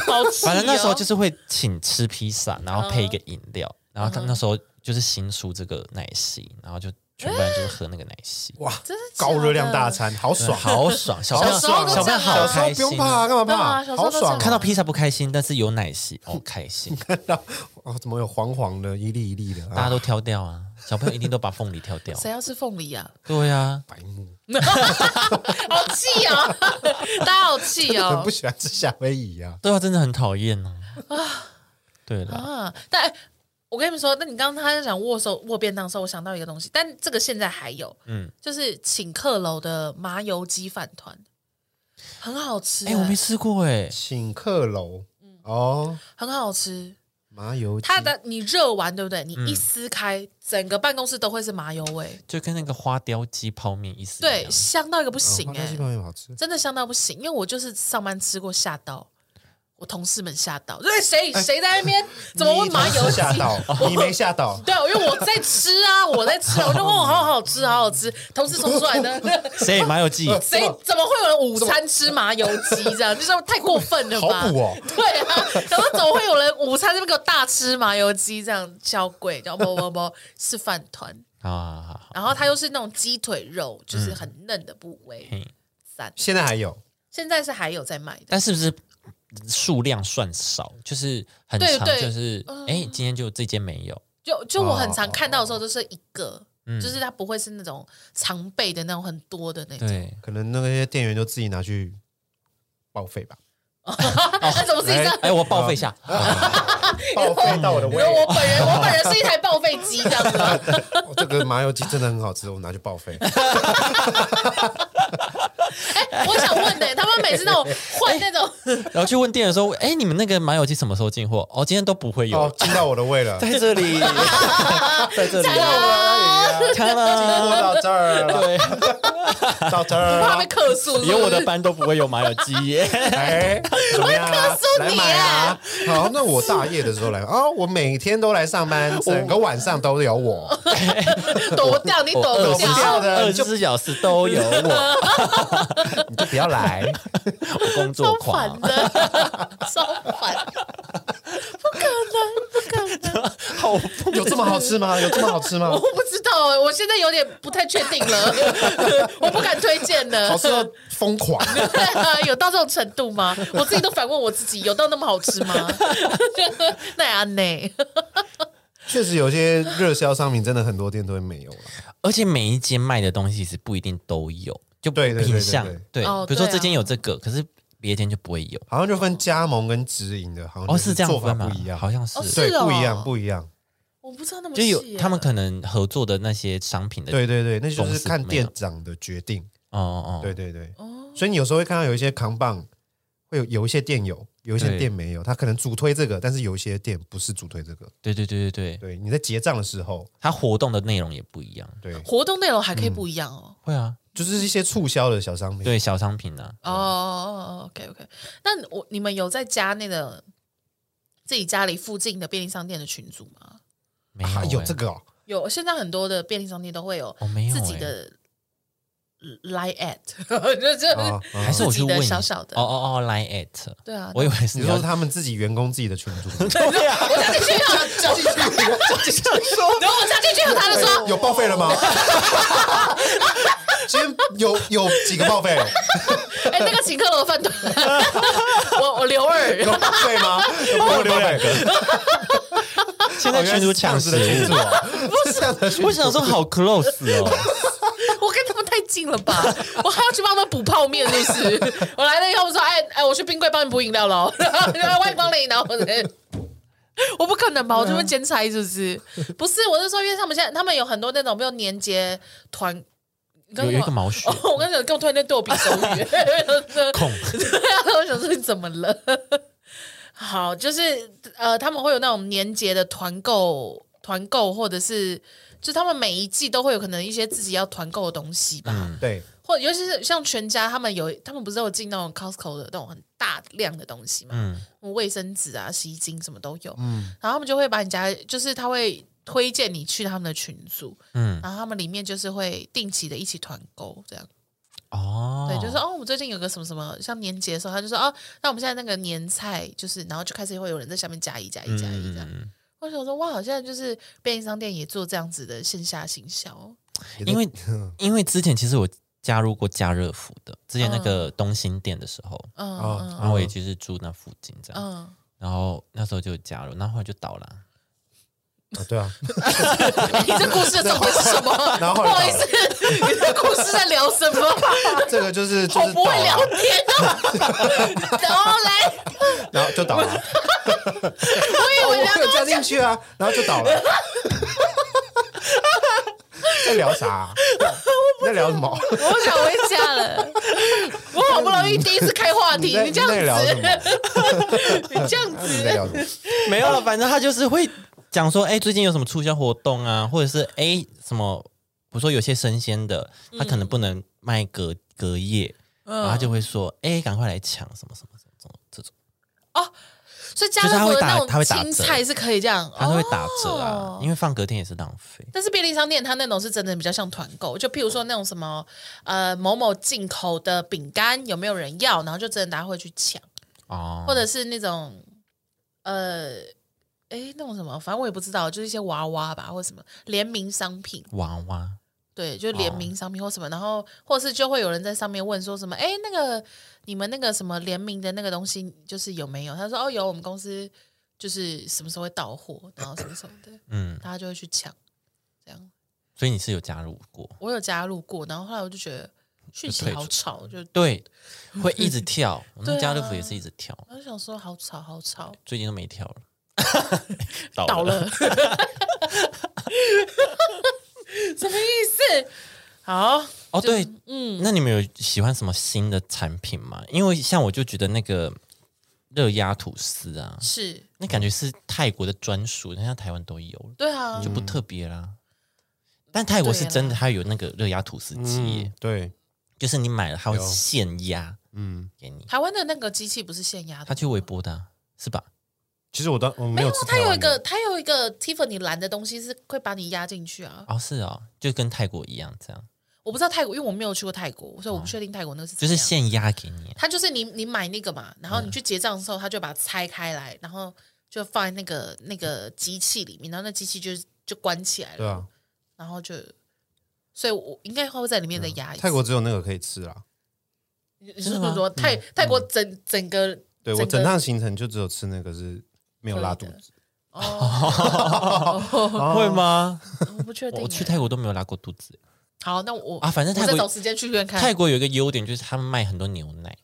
S2: 好吃、
S1: 反正那时候就是会请吃披萨，然后配一个饮料，
S2: 嗯
S1: 然后他那时候就是新出这个奶昔，然后就全班就是喝那个奶昔，
S3: 哇，
S2: 真的假的
S3: 高热量大餐，好爽，
S1: 好爽！小朋友
S2: 小时候都
S1: 小朋友
S2: 这样
S1: 好
S2: 啊
S3: 小时候
S1: 开
S3: 不
S1: 心
S3: 用怕
S1: 啊，
S3: 啊，干嘛怕？
S2: 对啊小
S3: 好爽
S2: 时候
S3: 啊，
S2: 都这
S1: 看
S2: 样
S1: 到披萨不开心，但是有奶昔 哦开心，
S3: 哦，怎么有黄黄的，一粒一粒的
S1: 大家
S3: 啊？
S1: 都挑掉啊，小朋友一定都把凤梨 挑掉。
S2: 谁要吃凤梨啊？
S1: 对啊，
S3: 白目，
S2: 好气啊！大家好气
S3: 很
S2: 哦
S3: 不喜欢吃夏威夷啊。
S1: 对啊，真的很讨厌哦。对了，
S2: 啊！但哎我跟你们说，那你刚刚他在讲握手握便当的时候，我想到一个东西，但这个现在还有，
S1: 嗯，
S2: 就是请客楼的麻油鸡饭团，很好吃、
S1: 哎，我没吃过哎，
S3: 请客楼，哦，
S2: 很好吃。
S3: 麻油鸡，
S2: 嗯
S3: 哦
S2: 它的你热完对不对？你
S3: 嗯
S2: 一撕开，整个办公室都会是麻油味，
S1: 就跟那个花雕鸡泡面意思一
S2: 对，
S1: 样。
S2: 香到一个不
S3: 哦
S2: 行
S3: 花
S2: 哎、
S3: 雕鸡泡面好吃，
S2: 真的香到不行。因为我就是上班吃过，吓到我同事们吓到，对谁谁在那 边怎么会麻
S3: 哎你
S2: 油
S3: 同事
S2: 鸡？
S3: 吓到？你没吓到？
S2: 对，啊因为我在吃啊，我在吃啊，我就问我好好吃，好好吃。同事冲出来 的，
S1: 谁麻油 鸡？
S2: 谁怎么会有人午餐吃麻油鸡这样？就是太过分了
S3: 好
S2: 吧？
S3: 补哦，
S2: 对啊，然后怎么会有人午餐这边给我大吃麻油鸡这样叫贵？叫不不不，是饭团。
S1: 好好好好，
S2: 然后它又是那种鸡腿肉，就是很嫩的部位。
S1: 嘿嗯
S2: 赞，
S3: 现在还有，
S2: 现在是还有在卖的，
S1: 但是不是数量算少？就是很
S2: 对
S1: 长，
S2: 对嗯
S1: 就是哎，今天就这间没有，
S2: 就就我很
S3: 哦
S2: 常看到的时候都是一个，
S1: 嗯
S2: 就是它不会是那种常备的那种很多的那种。
S1: 对，
S3: 可能那些店员就自己拿去报废吧，
S2: 那怎么是一
S3: 来
S2: 样？
S1: 哎，我报废一下，
S3: 报废到我的
S2: 你
S3: 胃
S2: 说。我本人，我本人是一台报废机这样 子吗，
S3: 哦这个麻油鸡真的很好吃，我拿去报废。
S2: 哎，我想问呢、他们每次那种换那种，
S1: 然后去问店员说，哎，你们那个麻油鸡什么时候进货？哦，今天都不会有
S3: 哦，，进到我的胃 了，
S1: 在这 里，在这里，看
S3: 做
S1: 了，
S3: 到这儿了，
S1: 对，
S3: 到这
S2: 我
S3: 儿
S2: 怕被
S3: 了。
S2: 客诉，是不是
S1: 啊有我的班都不会有麻油鸡耶。
S3: 哎，怎么样啊？
S2: 诉
S3: 来
S2: 你
S3: 买啊！好，那我大夜的时候来啊，我每天都来上班，整个晚上都有我。
S2: 躲不掉，你躲
S3: 我
S2: 不
S3: 不
S2: 掉。
S3: 掉的
S1: 二十四小时都有 我，
S3: 你就不要来，
S1: 我工
S2: 超
S1: 作
S2: 烦
S1: 狂，
S2: 的， 超烦！不可能，不可能，
S1: 好疯
S3: 有这么好吃吗？有这么好吃吗
S2: 我？不知道哦，我现在有点不太确定了，我不敢推荐了。
S3: 好吃到疯 狂，
S2: 对啊，有到这种程度吗？我自己都反问我自己，有到那么好吃吗？那也安内，
S3: 确实有些热销商品真的很多店都会没有了。
S1: 而且每一间卖的东西是不一定都有，就
S3: 对对对
S1: 品
S3: 对
S1: 相
S3: 对
S1: 对
S2: 哦
S1: 比如说
S2: 对啊
S1: 这间有这个，可是别间就不会有。
S3: 好像就分加盟跟直营的，好像
S1: 哦，
S3: 就是
S1: 这样
S3: 做法
S1: 分吗
S3: 不一样，？
S1: 好像
S2: 哦
S1: 是，
S2: 是啊
S3: 对，
S2: 哦
S3: 不一样，不一样。
S2: 我不知道那么
S1: 就
S2: 细
S1: 有
S2: 耶
S1: 他们可能合作的那些商品的，
S3: 对对对，那就
S1: 公
S3: 是
S1: 司
S3: 看
S1: 没有
S3: 店长的决定。
S1: 哦哦，
S3: 对对对，
S2: 哦，
S3: 所以你有时候会看到有一些扛棒，会有有一些店有，有一些
S1: 对
S3: 店没有，他可能主推这个，但是有一些店不是主推这个。
S1: 对对对对对，
S3: 对，你在结账的时候，
S1: 它活动的内容也不一样，
S3: 对，
S2: 活动内容还可以不一样哦。
S1: 会啊，
S3: 就是一些促销的小商品。
S1: 对小商品啊，
S2: 哦，OK OK，那我你们有在家那个自己家里附近的便利商店的群组吗？
S1: 没有
S3: 啊，有
S1: 欸
S3: 这个哦，
S2: 有，现在很多的便利商店都会有
S1: 哦没有
S2: 自己
S1: 欸
S2: 的 line at，就就
S3: 啊
S2: 是
S3: 啊
S1: 还是我
S2: 自己
S1: 去
S2: 的
S1: 问
S2: 小小的
S1: 哦哦哦，Line at，
S2: 对啊，
S1: 我以为是
S3: 你
S1: 要
S3: 说他们自己员工自己的群主，
S1: 对啊，
S2: 我加进去了，
S3: 加进去，这样说，
S2: 然后我加进去了，他就说
S1: 哎
S3: 有报废 了吗？今天有有几个报废？
S2: 哎、那个请客楼饭团， 我我刘二，
S3: 有报废吗？有我留两个，
S1: 现在群主抢食
S3: 是的群主
S1: 物，
S3: 啊，不是这样的群主
S1: 我想说好 close 哦，
S2: 我跟他们太近了吧？我还要去帮他们补泡面，是不是？我来了以后，我说，哎哎，我去冰柜帮你补饮料喽，然后然后外光领，然后我的。我不可能吧？我就会兼差，是 不是？不是，我是说，因为他们现在他们有很多那种，比如年节团，你跟
S1: 有
S2: 我
S1: 有一个毛选
S2: 哦，我跟你讲，跟我突然间对我比手语，
S1: 控，
S2: 对啊，我想说你怎么了？ 好，就是呃，他们会有那种年节的团购，团购或者是就他们每一季都会有可能一些自己要团购的东西吧，
S1: 嗯，
S3: 对，
S2: 或者尤其是像全家他们有，他们不是有进那种 Costco 的那种很大量的东西嘛，
S1: 嗯
S2: 卫生纸啊、洗衣精什么都有，然后他们就会把你家，就是他会推荐你去他们的群组，
S1: 嗯，
S2: 然后他们里面就是会定期的一起团购这样。
S1: 哦，
S2: 对，就是哦，我最近有个什么什么，像年节的时候，他就说哦，那我们现在那个年菜就是，然后就开始会有人在下面加一加一加一这样。
S1: 嗯，
S2: 我想说，哇，好像就是便利商店也做这样子的线下行销，
S1: 嗯因为
S3: 嗯
S1: 因为之前其实我加入过家乐福的，之前那个东兴店的时候，
S2: 嗯、
S3: 哦
S1: 然后我也就是住那附近这样，
S2: 嗯，
S1: 然后那时候就有加入，然后后来就倒了，
S3: 啊对啊，
S2: 你这故事的重点是什么？
S3: 然后
S2: 不
S3: 后来
S2: 好意思，你这故事在聊什么？
S3: 这个就是就
S2: 我
S3: 是
S2: 不
S3: 倒
S2: 会聊
S3: 了，
S2: 天啊！然后来，
S3: 然后就倒了，哦
S2: 我
S3: 我
S2: 以为
S3: 没有加进去啊，然后就倒 了。在聊啥啊？在聊什么？
S2: 我不想回家了，我好不容易第一次开话题，
S3: 在
S2: 你这样
S3: 在聊什么
S2: 子，？ 你这样
S3: 你在
S2: 子，
S3: 聊什么？
S1: 没有了， 反正他就是会讲说，哎、最近有什么促销活动啊，或者是哎、什么，比如说有些生鲜的，他可能
S2: 嗯
S1: 不能卖隔隔夜，然后他就会说，哎、赶快来抢什么什么什么什么这种，
S2: 所以家
S1: 就是
S2: 乐
S1: 他会
S2: 福的
S1: 打
S2: 那
S1: 他会
S2: 种
S1: 打
S2: 青
S1: 折
S2: 菜是可以这样，
S1: 他会打折啊，
S2: 哦
S1: 因为放隔天也是浪费。
S2: 但是便利商店它那种是真的比较像团购，就譬如说那种什么呃某某进口的饼干有没有人要，然后就真的大家会去抢，
S1: 哦，
S2: 或者是那种呃诶那种什么，反正我也不知道，就是一些娃娃吧或者什么联名商品，
S1: 娃娃，
S2: 对，就联名商品或什么，然后或是就会有人在上面问说什么，诶，那个你们那个什么联名的那个东西就是有没有？他说哦有，我们公司就是什么时候会到货，然后什么什么的，
S1: 嗯，
S2: 大家就会去抢，这样。
S1: 所以你是有加入过？
S2: 我有加入过，然后后来我就觉得讯息
S1: 退
S2: 好
S1: 出
S2: 吵，就
S1: 对，会一 直跳，我
S2: 对
S1: 们
S2: 啊
S1: 家乐福也是一直跳，
S2: 我就想说好吵好吵，
S1: 最近都没跳了，
S2: 倒了， 什么意思？好，
S1: 哦，对，嗯，那你们有喜欢什么新的产品吗？因为像我就觉得那个热压吐司啊，
S2: 是
S1: 那感觉是泰国的专属，人家台湾都有，
S2: 对啊
S1: 就，不特别啦。但泰国是真的，
S2: 对啦
S1: 它有那个热压吐司机耶，
S3: 嗯，对，
S1: 就是你买了，它会
S3: 有
S1: 现压
S3: 嗯，
S1: 给你。
S2: 台湾的那个机器不是限压的吗，
S1: 它去微波的啊、是吧？
S3: 其实我当我没
S2: 没
S3: 有
S2: 有
S3: 吃，
S2: 它哎
S3: 台
S2: 有一
S3: 湾
S2: 个
S3: 的，
S2: 它有一个 Tiffany 蓝的东西是会把你压进去啊。
S1: 哦，是哦，就跟泰国一样，这样
S2: 我不知道泰国，因为我没有去过泰国，所以我不确定泰国那个是怎
S1: 就是
S2: 样
S1: 现压给你啊、
S2: 它就是你你买那个嘛，然
S1: 嗯
S2: 后你去结账的时候，它就把它拆开来，然后就放在那个那个机器里面，然后那机器就就关起来了。
S3: 对啊，
S2: 然后就，所以我应该会在里面的牙医、
S3: 泰国只有那个可以吃啦。
S2: 你
S1: 嗯真
S2: 是
S1: 的
S2: 不是
S1: 吗嗯
S2: 说 泰、泰国整整个
S3: 对
S2: 整
S3: 我
S2: 个
S3: 整趟行程就只有吃那个是没有拉肚子，
S2: 哦，
S1: 会吗？
S2: 我不确 定耶。欸
S1: 我去泰国都没有拉过肚子
S2: 好，那我
S1: 啊，反正
S2: 我
S1: 泰
S2: 再找
S1: 国
S2: 时间去医院看。
S1: 泰国有一个优点就是他们卖很多牛奶，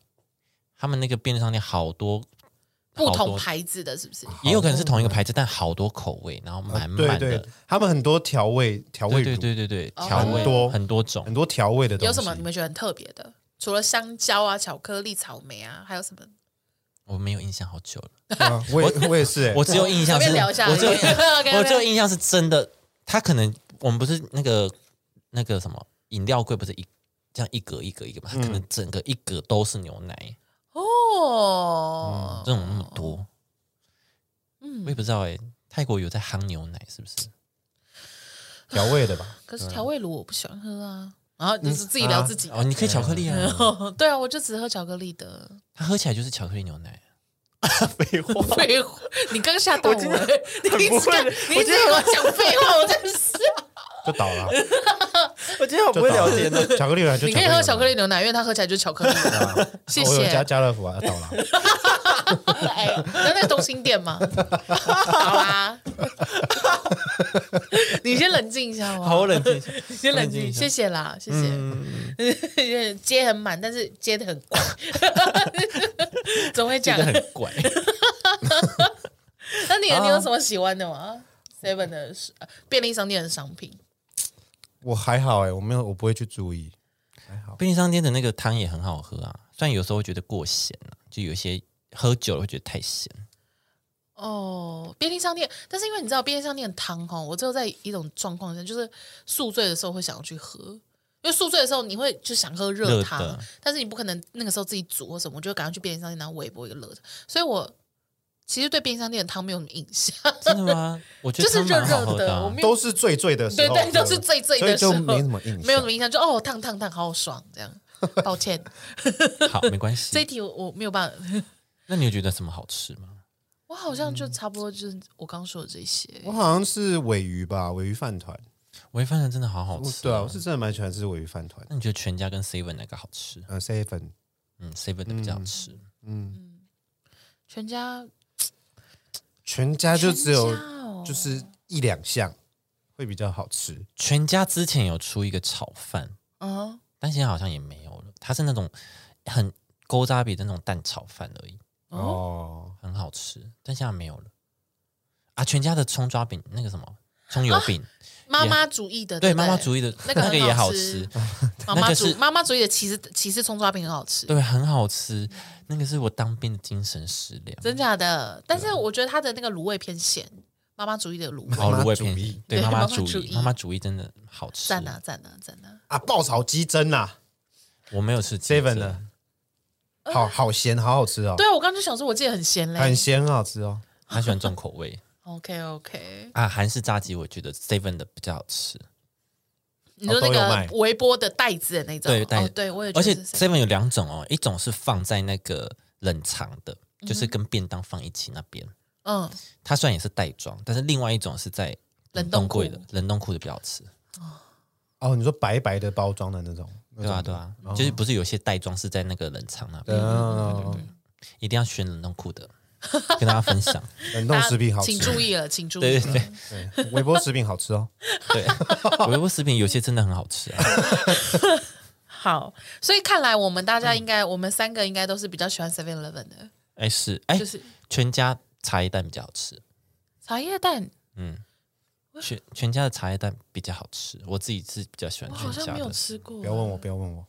S1: 他们那个便利商店好多
S2: 不
S1: 好
S2: 同
S1: 多啊
S2: 牌子的是不是？
S1: 也有可能是同一个牌子，但好多口味，然后满
S3: 啊对
S1: 满的，
S3: 对，他们很多调味调味
S1: 对
S3: 乳，
S1: 对对对对，
S2: 哦
S1: 调味
S3: 很多
S1: 很多
S3: 很
S1: 种，
S3: 多调味的东西。
S2: 有什么你们觉得很特别的？除了香蕉啊、巧克力、草莓啊，还有什么？
S1: 我没有印象好久了，
S3: 对啊我也我也是欸，
S1: 我只有印
S2: 随
S1: 象是，
S2: 便聊一下而已。
S1: 我 只有
S2: OK，OK
S1: 我只有印象是真的，他可能我们不是那个那个什么饮料柜不是一这样一格一格一格嘛，他可能整个一格都是牛奶，
S2: 嗯哦，
S1: 这种那么多，我
S2: 嗯，
S1: 也不知道哎，泰国有在夯牛奶是不是？
S3: 调味的吧？
S2: 可是调味乳我不喜欢喝啊。然后就是自己聊自己的，
S1: 哦，你可以巧克力啊，
S2: 对啊，我就只喝巧克力的。
S1: 它喝起来就是巧克力牛奶。
S2: 废话， 你刚吓到我，欸 你一直跟你一直跟我讲废话，我真是。
S3: 就 倒了，啊
S1: 我今天好
S3: 就倒了。巧克力来就
S2: 啊你可以喝巧克
S3: 力
S2: 力牛奶，因为它喝起来就是巧克力。
S3: 牛奶。
S2: 谢
S3: 我
S2: 谢
S3: 有。加家乐福啊，倒了。
S2: 哎，那那个东兴店嘛，好啦， 你先冷静一下
S1: 好，啊
S2: 好
S1: 我冷静一下，
S2: 你哦先冷静，
S1: 冷静一下嗯
S2: 谢谢啦，谢谢。接很满，但是接的很 怪，总会
S1: 这
S2: 这样
S1: 个。很 啊怪。
S2: 那你你有什么喜欢的吗？Seven 的呃便利商店的商品，
S3: 我还好哎，我没有，我不会去注意。
S1: 便利商店的那个汤也很好喝啊，虽然有时候会觉得过咸啊，就有一些喝久了会觉得太咸。
S2: 哦，便利商店，但是因为你知道便利商店的汤哦，我只有在一种状况下，就是宿醉的时候会想要去喝，因为宿醉的时候你会就想喝热
S1: 热
S2: 汤，
S1: 的
S2: 但是你不可能那个时候自己煮或什么，我就赶快去便利商店然后微波一个热的，所以我其实对便利商店的汤没有什么印象，
S1: 真的吗？我觉
S2: 就
S1: 得
S2: 是
S1: 汤
S2: 热
S1: 蛮好
S2: 热
S1: 喝啊
S2: 我没有
S3: 都是醉醉的时
S2: 对
S3: 候，
S2: 对，都是醉醉
S3: 所以
S2: 的时候
S3: 就没 什么印象。
S2: 没有什么印象，就哦烫烫烫好爽这样，抱歉，
S1: 好，没关系
S2: 这一。题我我没有办法，
S1: 那你有觉得什么好吃吗？
S2: 我好
S1: 嗯
S2: 像就差不多就是我刚说的这些，
S3: 我好像是尾鱼吧，尾鱼饭团。
S1: 我也发现真的好好
S3: 我
S1: 吃、哦
S3: 对啊，我是真的蛮喜欢吃尾鱼饭团。
S1: 那你觉得全家跟 seven 哪个好吃？
S3: 嗯，seven，
S1: 嗯，seven 的比较好吃。
S3: 嗯，
S2: 全家
S3: 全家就只有
S2: 全家哦
S3: 就是一两项会比较好吃。
S1: 全家之前有出一个炒饭，
S2: 嗯。
S1: 但现在好像也没有了。它是那种很勾扎比的那种蛋炒饭而已，
S2: 哦
S3: 哦，
S1: 很好吃，但现在没有了。啊，全家的葱抓饼那个什么葱
S2: 啊
S1: 油饼，
S2: 妈妈主义的，
S1: 对
S2: 不
S1: 妈妈主义的
S2: 那个
S1: 个
S2: 很
S1: 也
S2: 好
S1: 好
S2: 吃
S1: 吃，
S2: 妈
S1: 那
S2: 妈
S1: 个
S2: 主
S1: 是
S2: 妈妈主义的其实其实葱抓饼很好吃，
S1: 对，很好吃。那个是我当兵的精神食粮，
S2: 真假的？
S1: 啊
S2: 但是我觉得它的那个卤味偏咸，妈妈主义的卤味
S1: 好
S3: 妈
S1: 芦哦味
S3: 主
S1: 片
S3: 义，
S1: 对
S2: 对
S1: 妈
S2: 妈妈
S1: 妈主
S2: 主
S1: 义
S2: 义，
S1: 妈妈主义真的好吃。
S2: 赞啊赞啊赞啊！
S3: 啊，爆炒鸡胗啊啦
S1: 我没有吃鸡
S3: ，seven
S1: 胗
S3: 的，好好咸，好好吃哦，
S2: 呃对啊，我刚刚就想说，我记得很咸嘞。
S3: 很咸，很好吃哦。
S1: 他喜欢重口味
S2: OK OK，
S1: 啊。韩式炸鸡我觉得 seven 的比较好吃，
S2: 你说那
S3: 都有卖
S2: 个微波的袋子的那种，
S1: 对袋
S2: 哦对我也觉
S1: 而
S2: 得
S1: 且
S2: 是这样，
S1: seven 有两种哦，一种是放在那个冷藏的，就是跟便当放一起那边，
S2: 嗯，
S1: 它虽然也是袋装，但是另外一种是在
S2: 冷冻
S1: 冻
S2: 库
S1: 柜的，冷冻库的比较好吃。
S3: 哦，你说白白的包装的那种，
S1: 对啊，对啊，就是不是有些袋装是在那个冷藏那边，
S3: 嗯，
S1: 一定要选冷冻库的，跟大家分 享。
S3: 冷冻
S2: 大
S3: 食
S2: 家
S3: 品好
S2: 啊请
S3: 吃，
S2: 注意了， 请注意
S1: 对
S2: 了
S1: 对。对
S3: 对微波食品好吃哦。
S1: 对，微波食品有些真的很好吃啊。
S2: 好，所以看来我们大家应该，我们三个应该都是比较喜欢 Seven Eleven 的，
S1: 哎是哎
S2: 就，是
S1: 全家茶叶蛋比较好吃，
S2: 茶叶蛋，
S1: 全 全家的茶叶蛋比较好吃，我自己是比较喜欢
S2: 我好
S1: 全
S2: 像
S1: 家
S2: 没有
S1: 的，
S2: 吃过。
S3: 不要问我，不要问我，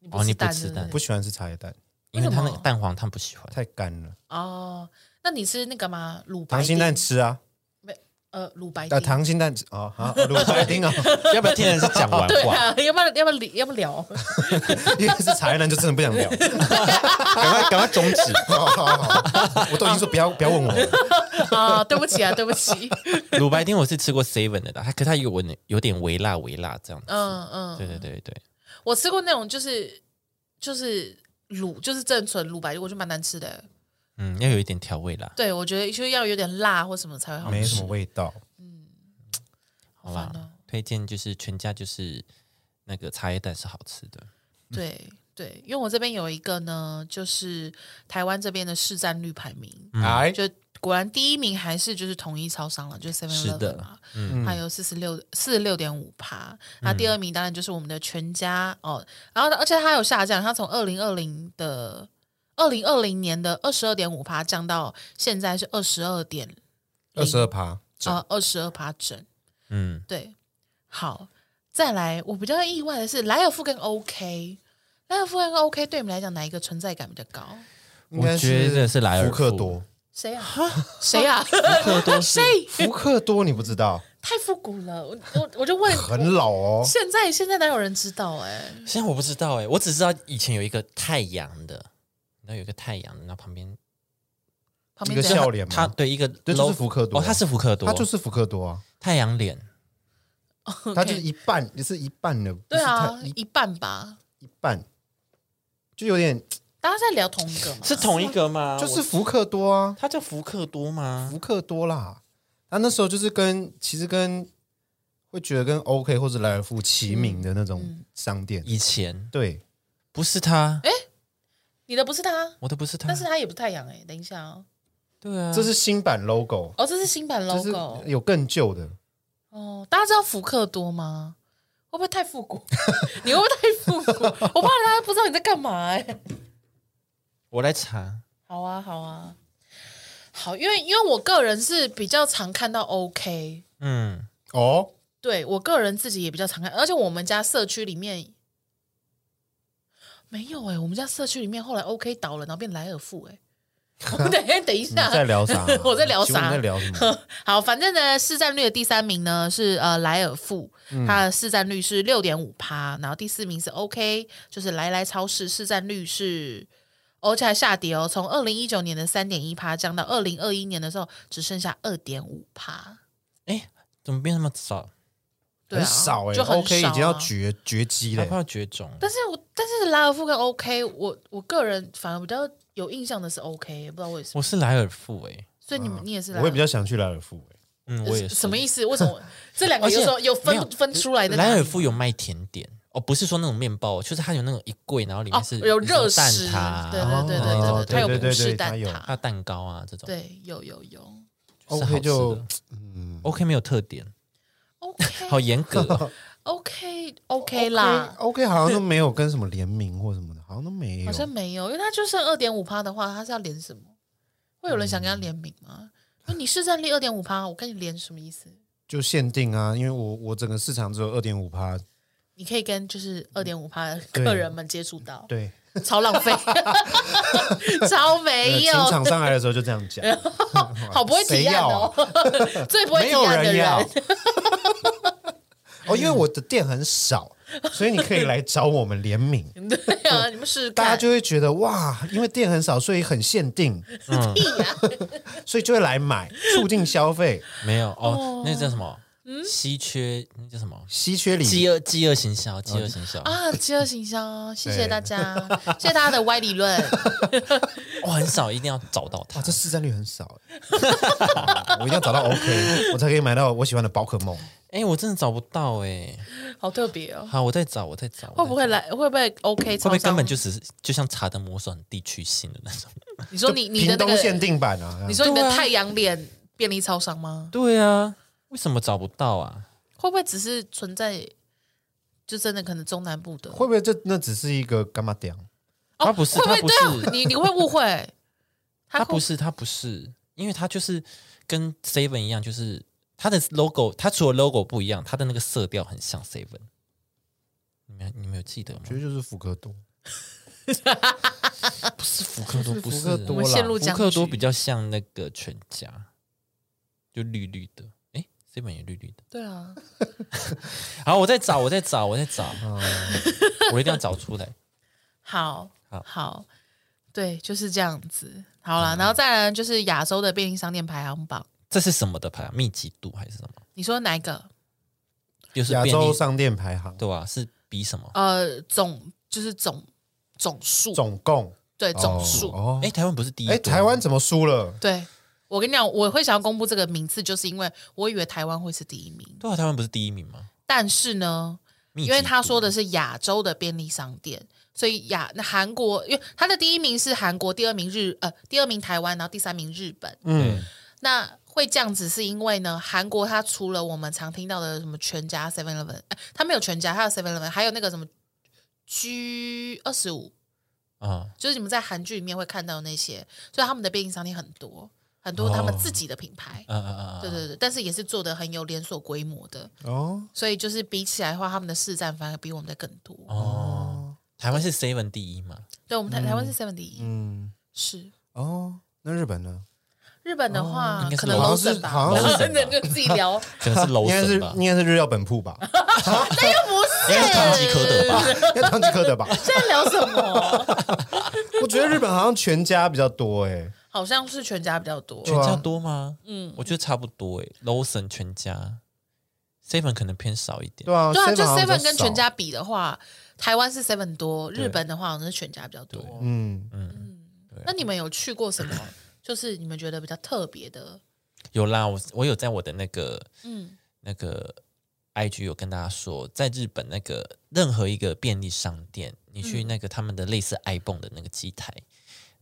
S2: 你
S1: 哦
S2: 吃
S1: 你不
S2: 蛋
S1: 吃
S2: 是不
S1: 蛋
S2: 是
S3: 哦不喜欢吃茶叶蛋，
S1: 因为它
S2: 为
S1: 那
S2: 什
S1: 个
S2: 么
S1: 蛋黄他不喜欢。
S3: 太干了。
S2: 哦，那你吃那个吗？卤白
S3: 溏心蛋
S2: 丁
S3: 吃啊，
S2: 没？呃，卤白
S3: 呃，
S2: 丁。
S3: 溏心蛋吃哦，好，卤白 丁啊，
S1: 要不要听人是讲完
S2: 对
S1: 话？
S2: 啊，要不要要不要理要不要聊？
S3: 因为是茶叶蛋，就真的不想聊。
S1: 赶快赶快终 止！
S3: 好好好，我都已经说不要不要问我了，
S2: 啊，对不起啊，对不起。
S1: 卤白丁我是吃过 seven 的啦，它可它有闻有点微辣微辣这样子。
S2: 嗯嗯，
S1: 对对对对，
S2: 我吃过那种就是就是卤就是正纯卤白丁，我觉得蛮难吃的。
S1: 嗯，要有一点调味啦。
S2: 对，我觉得就是要有点辣或什么才会好
S3: 没
S2: 吃。
S3: 什么味道。
S1: 好
S2: 烦
S1: 吧，
S2: 哦
S1: 推荐就是全家就是那个茶叶蛋是好吃的，
S2: 对对，因为我这边有一个呢，就是台湾这边的市占率排名，
S1: 嗯
S3: 哎，
S2: 就果然第一名还是就是统一超商了，就是 Seven
S1: 是
S2: Eleven
S1: 的
S2: 嘛，
S3: 嗯
S2: 还有四十六四十六点五趴。那第二名当然就是我们的全家哦，然后而且它有下降，它从二零二零的二零二零年的二十二点五趴降到现在是二十二点
S3: 二十二趴，
S2: 啊二十二趴整。
S1: 嗯，
S2: 对，好，再来，我比较意外的是莱尔富跟 OK。莱尔富跟 OK 对你们来讲哪一个存在感比较高？
S3: 应该
S1: 我觉得是莱尔
S3: 福
S1: 富
S3: 克多，
S2: 谁啊？谁啊？
S1: 克多是
S2: 谁？
S3: 福克多你不知道，
S2: 太复古了，我我我就问，
S3: 很老哦，
S2: 现在现在哪有人知道哎、
S1: 现在我不知道哎、我只知道以前有一个太阳的，你知道有一个太阳的，然后旁边
S2: 旁
S3: 一
S2: 边
S3: 个
S2: 怎样
S3: 笑脸
S1: 它
S3: 嘛，
S1: 对一个
S3: 对，就是
S1: logo-
S3: 福克多，
S1: 哦，它是福克多，
S3: 他就是福克多啊，
S1: 太阳脸，
S3: 他就是一半，也是一半的，
S2: 对啊
S3: 不是太，一
S2: 一半吧。
S3: 一半，就有点
S2: 大家在聊同一个吗？
S1: 是同一个吗？
S3: 就是
S1: 我
S3: 福克多啊，
S1: 它叫福克多吗？
S3: 福克多啦，他那时候就是跟其实跟会觉得跟 OK 或者莱尔富齐名的那
S2: 嗯
S3: 种商店，
S1: 以前
S3: 对，
S1: 不是他，
S2: 你的不是他，
S1: 我的不是他，
S2: 但是他也不是太阳哎、等一下哦，
S1: 对啊，
S3: 这是新版 logo，
S2: 哦，这是新版
S3: 就是
S2: logo
S3: 有更旧的，
S2: 哦。大家知道福克多吗？会不会太复古？ 你会不会太复古？我怕大家不知道你在干嘛哎、
S1: 我来查，
S2: 好啊，好啊，好，因为因为我个人是比较常看到 OK，
S1: 嗯，
S3: 哦，
S2: 对我个人自己也比较常看，而且我们家社区里面没有哎、我们家社区里面后来 OK 倒了，然后变莱尔富哎、 我们等一下，等一
S3: 你在
S2: 下，？
S3: 聊啥
S2: 我在聊
S3: 请问
S2: 啥
S3: 你在聊什么？
S2: 好，反正呢，市占率的第三名呢是呃莱尔富，它的市占率是六点五趴，然后第四名是 OK，就是来来超市市占率是，而且还下跌哦，从二零一九年的三点一趴降到二零二一年的时候只剩下二点五趴，
S1: 哎，怎么变那么少？
S2: 对啊，
S3: 很少哎
S2: 就很
S3: ，OK
S2: 少
S3: 已经要
S2: 啊
S3: 绝绝迹欸
S1: 它
S3: 嘞
S1: 快，要绝种了，
S2: 但是我但是拉尔夫跟 OK，我我个人反而比较有印象的是 OK，也不知道为什么。
S1: 我是莱尔富哎、
S2: 所以你们、你也是拉啊
S3: 我
S2: 尔
S3: 会比较想去莱尔富哎。
S1: 嗯，
S2: 夫
S1: 我也是，
S2: 什么意思？为什么这两个
S1: 而且
S2: 有时候有
S1: 没
S2: 分
S1: 有
S2: 分出来的哪里？
S1: 莱尔夫有卖甜点哦，不是说那种面包，就是它有那种一柜，然后里
S2: 哦
S1: 面是、
S2: 有热
S1: 蛋
S2: 食，
S1: 挞，啊
S2: 对对对
S1: 然
S2: 对
S1: 后
S3: 哦
S2: 对，它有
S3: 对对
S2: 葡式
S3: 对
S2: 蛋
S3: 它有
S1: 还有
S2: 挞，
S1: 蛋糕啊这种。
S2: 对，有有有
S1: 是好吃
S3: OK
S1: 的
S3: 就嗯
S1: OK 没有特点，好
S2: ，OK
S1: 严格 哦、
S2: OK OK 啦。
S3: ，OK 好像都没有跟什么联名或什么的，好像都没有
S2: 好。像没有，因为它就剩二点五趴的话，它是要连什么？会有人想跟他联名吗？那你市占率二点五趴，我跟你联什么意思？
S3: 就限定啊，因为我我整个市场只有二点五趴，
S2: 你可以跟就是二点五趴的
S3: 对
S2: 客人们接触到，
S3: 对，
S2: 超浪费， 超没
S3: 呃
S2: 有
S3: 请，厂商来的时候就这样讲，
S2: 好不会提案哦， 最不会
S3: 啊没
S2: 提
S3: 有
S2: 案的
S3: 人要。哦，因为我的店很少，所以你可以来找我们联名，
S2: 对啊， 你们试试
S3: 大家
S2: 看，
S3: 就会觉得哇，因为店很少，所以很限定，
S2: 屁呀，
S3: 所以就会来买，促进消费，
S1: 没有哦，那个叫什么？
S2: 嗯
S1: 稀缺，那叫什么？
S3: 稀缺礼
S1: 饥饿饥饿行销，饥饿行销，
S2: 啊，饥饿行销，谢谢大家， 谢谢大家的歪理论。
S1: 我很少一定要找到它
S3: 哇，。这市占率很少，欸 我一定要找到 OK，我才可以买到我喜欢的宝可梦。
S1: 哎，我真的找不到哎。
S2: 好特别 哦。
S1: 好，我再找，我再找。
S2: 会不
S1: 我再
S2: 会来？会不会 OK？
S1: 找？会不会
S2: 超商
S1: 根本就只是就像查的魔手很地区性的那 种？
S2: 你说你你的
S3: 屏
S2: 那
S3: 东限
S2: 个，
S3: 定版啊，
S2: 你说你的
S1: 对啊
S2: 太阳脸便利超商吗？
S1: 对啊，为什么找不到啊？
S2: 会不会只是存在？就真的可能中南部的，
S3: 会不会这那只是一个干嘛点？
S1: 它不是，
S2: 会不
S1: 它
S2: 会
S1: 不
S2: 对啊
S1: 是，
S2: 你你会误会？
S1: 它
S2: 会
S1: 不是，它不是，因为它就是跟 Seven 一样，就是它的 logo，它除了 logo 不一样，它的那个色调很像 Seven。你们你们有记得吗
S3: 我？觉得就是福克多，
S1: 不是福克多，
S3: 就是
S1: 不
S3: 福
S1: 是啊
S3: 克
S2: 啊我
S3: 多
S2: 们
S3: 啦
S2: 陷入
S1: 福
S2: 僵
S1: 克多
S2: 局
S1: 比较像那个全家，就绿绿的。诶 s e v e n 也绿绿的。
S2: 对啊，
S1: 好，我再找，我再找，我再 找，
S3: 嗯
S1: 我一定要找出来。
S2: 好
S1: 好嗯
S2: 好，对，就是这样子。好啦，然后再来就是亚洲的便利商店排行榜，
S1: 这是什么的牌？密集度还是什么？
S2: 你说哪一个？
S1: 就是
S3: 亚
S1: 便利
S3: 洲商店排行
S1: 对吧、啊是比什么？
S2: 呃，总就是总总数，
S3: 总共
S2: 对总数。
S3: 哦
S1: 哎、。台湾不是第一多
S3: 哎，
S1: 吗？
S3: 台湾怎么输了？
S2: 对我跟你讲，我会想要公布这个名次，就是因为我以为台湾会是第一名，
S1: 对啊，台湾不是第一名吗？
S2: 但是呢，
S1: 密
S2: 因为
S1: 集
S2: 他
S1: 度
S2: 说的是亚洲的便利商店，所以亚那韩国，因为他的第一名是韩国，第二名日呃，第二名台湾，然后第三名日本。
S1: 对
S3: 嗯，
S2: 那会这样子是因为呢，韩国它除了我们常听到的什么全家 Seven Eleven，哎，它没有全家，它有 Seven Eleven，还有那个什么 G 二十五，
S1: 啊，
S2: 就是你们在韩剧里面会看到那些，所以他们的便利商店很多很多他们自己的品牌，
S1: 嗯嗯嗯，
S2: 对对对，但是也是做的很有连锁规模的，
S3: 哦，
S2: 所以就是比起来的话，他们的市占反而比我们的更多。
S1: 哦，台湾是 seven 第一嘛，
S2: 对，我们台、台湾是 seven 第一，
S3: 嗯，
S2: 是
S3: 哦，那日本呢？
S2: 日本的
S1: 哦
S2: 话，
S1: 应该是
S2: 可能
S1: 好
S3: 像是
S2: Lawson 吧，
S3: 好
S1: 像是
S2: Lawson 就 自己聊，
S1: 可能是楼
S3: 应该是
S1: 层吧，
S3: 应该是日料本铺吧，
S2: 那又不
S1: 应该是唐吉诃德吧？
S3: 应该唐吉诃德吧？
S2: 现在聊什么？
S3: 我觉得日本好像全家比较多哎，
S2: 好像是全家比较多，
S1: 全
S3: 啊
S1: 家多吗？
S2: 嗯，
S1: 我觉得差不多诶 l o s o n 全家，seven 可能偏少一点
S3: 对。啊，
S2: 对啊，
S3: 7-Eleven
S2: 就
S3: 好像比较
S2: seven 跟全
S3: 少，
S2: 家比的话，台湾是 seven 多，
S1: 对
S2: 日本的话好像是全家比较多。
S3: 嗯，
S2: 那你们有去过什么？就是你们觉得比较特别的，
S1: 有啦，我我有在我的那个
S2: 嗯，
S1: 那个 IG 有跟大家说，在日本那个任何一个便利商店，你去那个他们的类似 iPhone 的那个机台，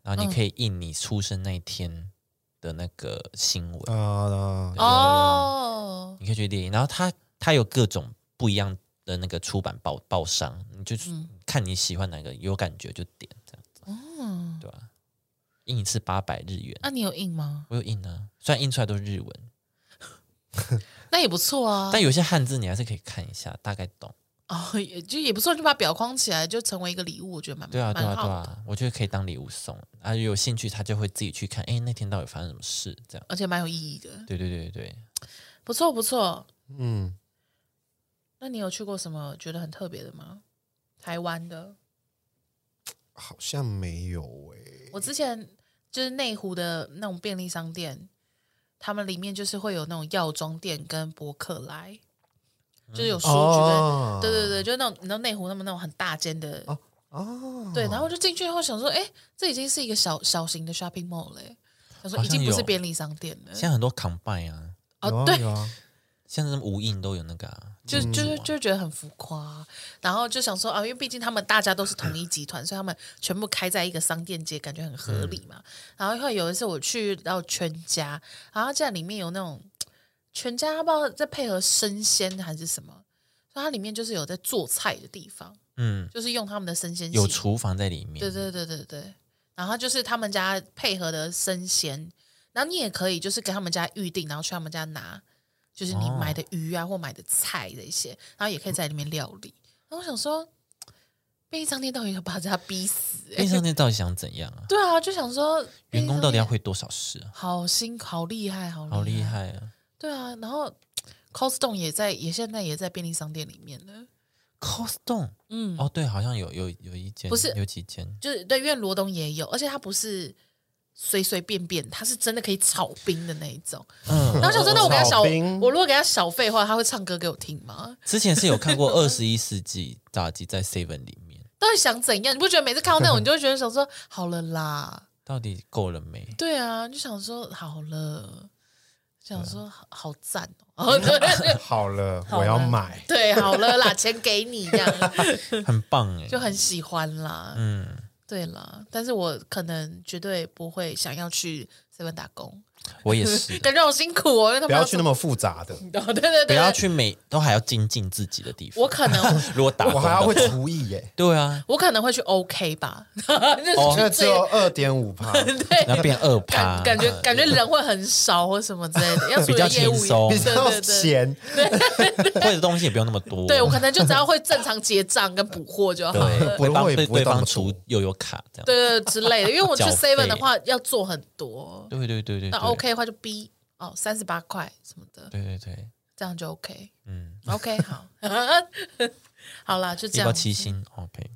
S1: 然后你可以印你出生那一天的那个新闻，
S3: 啊，
S2: 哦，
S1: 你可以去列印。然后它它有各种不一样的那个出版报报商，你就看你喜欢哪个，有感觉就点这样子，
S2: 嗯，
S1: 对吧、印一次八百日元，
S2: 那你有印吗？
S1: 我有印啊，虽然印出来都是日文，
S2: 那也不错啊，
S1: 但有些汉字你还是可以看一下，大概懂。
S2: 哦，也就也不错，就把表框起来，就成为一个礼物，我觉得蛮
S1: 对啊，对
S2: 蛮
S1: 啊，
S2: 好
S1: 对
S2: 的。
S1: 啊，我觉得可以当礼物送啊。有兴趣他就会自己去看，哎，那天到底发生什么事？这样，
S2: 而且蛮有意义的，
S1: 对对对对对。
S2: 不错不错。
S3: 嗯，
S2: 那你有去过什么觉得很特别的吗？台湾的，
S3: 好像没有哎，
S2: 我之前就是内湖的那种便利商店，他们里面就是会有那种药妆店跟博客来，就是有书局跟、
S3: 哦
S2: 对对对，就那种你知道内湖他们那种很大间的，
S3: 哦，
S2: 对，然后我就进去后想说，哎，这已经是一个小小型的 shopping mall 嘞，想说
S1: 好
S2: 已
S1: 像
S2: 经不是
S1: 有
S2: 便利商店了
S1: 现，在很多 combine 啊，
S3: 有
S2: 哦
S3: 啊
S2: 对，
S3: 有啊
S1: 像是无印都有那个啊，
S2: 就就是就觉得很浮夸，然后就想说啊，因为毕竟他们大家都是同一集团，所以他们全部开在一个商店街，感觉很合
S1: 嗯
S2: 理嘛。然后后来有一次我去到全家，然后竟然里面有那种全家不知道在配合生鲜还是什么，所以它里面就是有在做菜的地方，
S1: 嗯，
S2: 就是用他们的生鲜
S1: 有
S2: 系
S1: 厨房在里面。
S2: 对对对对对。然后就是他们家配合的生鲜，然后你也可以就是跟他们家预定，然后去他们家拿，就是你
S1: 哦
S2: 买的鱼啊或买的菜这一些，然后也可以在里面料理。然后我想说，便利商店到底要把大家逼死、欸？
S1: 便利商店到底想怎样啊？
S2: 对啊，就想说
S1: 员工到底要
S2: 便利商店
S1: 会多少事啊？
S2: 好辛好厉害，好
S1: 好
S2: 厉
S1: 厉！害啊
S2: 对啊，然后 Costco 也在也现在也在便利商店里面了。
S1: ！Costco
S2: 嗯，
S1: 哦，对，好像有有有一间，
S2: 不是
S1: 有几 间。
S2: 就是对，因为罗东也有，而且它不是随随便便，它是真的可以炒冰的那一种。
S1: 嗯，
S2: 然后想说，那我给他小，
S3: 炒冰
S2: 我如果给他小费的话，他会唱歌给我听吗？
S1: 之前是有看过二十一世纪炸鸡在 Seven 里面，
S2: 到底想怎样？你不觉得每次看到那种，你就会觉得想说，好了啦，
S1: 到底够了没？
S2: 对啊，就想说好了，想
S3: 啊
S2: 说好好赞哦， 对
S3: 好了，
S2: 好了
S3: 我要买，
S2: 对，好了啦，钱给你这样，
S1: 很棒哎，
S2: 就很喜欢啦，
S1: 嗯。
S2: 对啦，但是我可能绝对不会想要去 seven 打工，，
S1: 我也是
S2: 感觉好辛苦哦，因为他
S3: 不
S2: 们
S3: 要去那
S2: 么，
S3: 么复杂 的，
S2: 哦对对对，
S1: 不要，去每都还要精进自己的地方。
S2: 我可能
S1: 如果打工
S3: 我还要会
S1: 的话
S3: 厨艺 耶，
S1: 对啊，
S2: 我可能会去 OK 吧， 就是
S1: 哦
S3: 那
S2: 去
S3: 只
S2: 最
S3: 有二点 五趴，
S1: 然后变二趴
S2: 感， 感觉感觉人会很少或什么之类的，要处
S1: 比较
S2: 理业务
S1: 轻松
S2: 对
S3: 比较
S2: 对对，
S3: 咸，
S1: 会的东西也不用那么多。
S2: 对我可能就只要会正常结账跟补货就好了，
S1: 对，会帮
S3: 不会
S1: 对
S3: 不会
S1: 对
S3: 那
S1: 方
S3: 么
S1: 出
S3: 多
S1: 又有卡这样。
S2: 对对对之类的。因为我去
S1: 缴费
S2: Seven 的话要做很多，
S1: 对对对对
S2: 那
S1: 对
S2: OK 的话就 B 哦三十八块什么的，
S1: 对对对，
S2: 这样就 OK。
S1: 嗯，
S2: OK 好， 好啦，就这
S1: 一包
S2: 样。
S1: 七星 OK，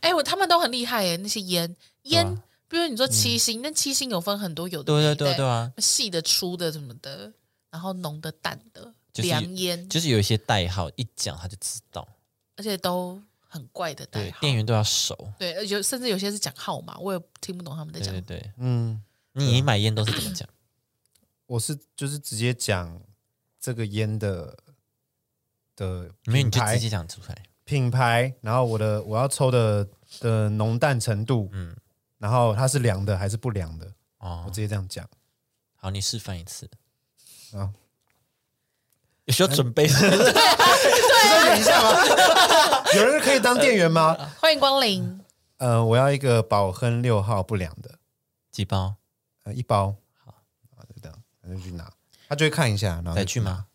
S2: 哎，我他们都很厉害耶，那些烟
S1: 对
S2: 烟
S1: 啊，
S2: 比如你说七星，那七星有分很多，有的
S1: 对对
S2: 没的
S1: 对对啊，
S2: 细的、粗的什么的，然后浓的、淡的，
S1: 就是
S2: 凉烟，
S1: 就是有一些代号一讲他就知道，
S2: 而且都很怪的代
S1: 对
S2: 号。，
S1: 店员都要熟。
S2: 对，而且甚至有些是讲号码，我也听不懂他们在
S1: 对
S2: 讲
S1: 对。对，
S3: 嗯，
S1: 你买烟都是怎么讲？
S3: 我是就是直接讲这个烟的的
S1: 没有
S3: 品
S1: 你就
S3: 牌
S1: 直接讲出来，
S3: 品牌，然后我的我要抽的的浓淡程度，嗯，然后它是凉的还是不凉的，我
S1: 哦
S3: 直。接这样讲。
S1: 好，你示范一次。
S3: 啊，
S1: 有需要准备
S3: 稍等一下吗？有人可以当店 员吗？
S2: 欢迎光临，
S3: 呃，我要一个宝亨六号不凉的，
S1: 几包
S3: 呃，一包。好，就这样，他就去拿，他就会看一下，然后
S1: 再
S3: 就
S1: 去吗？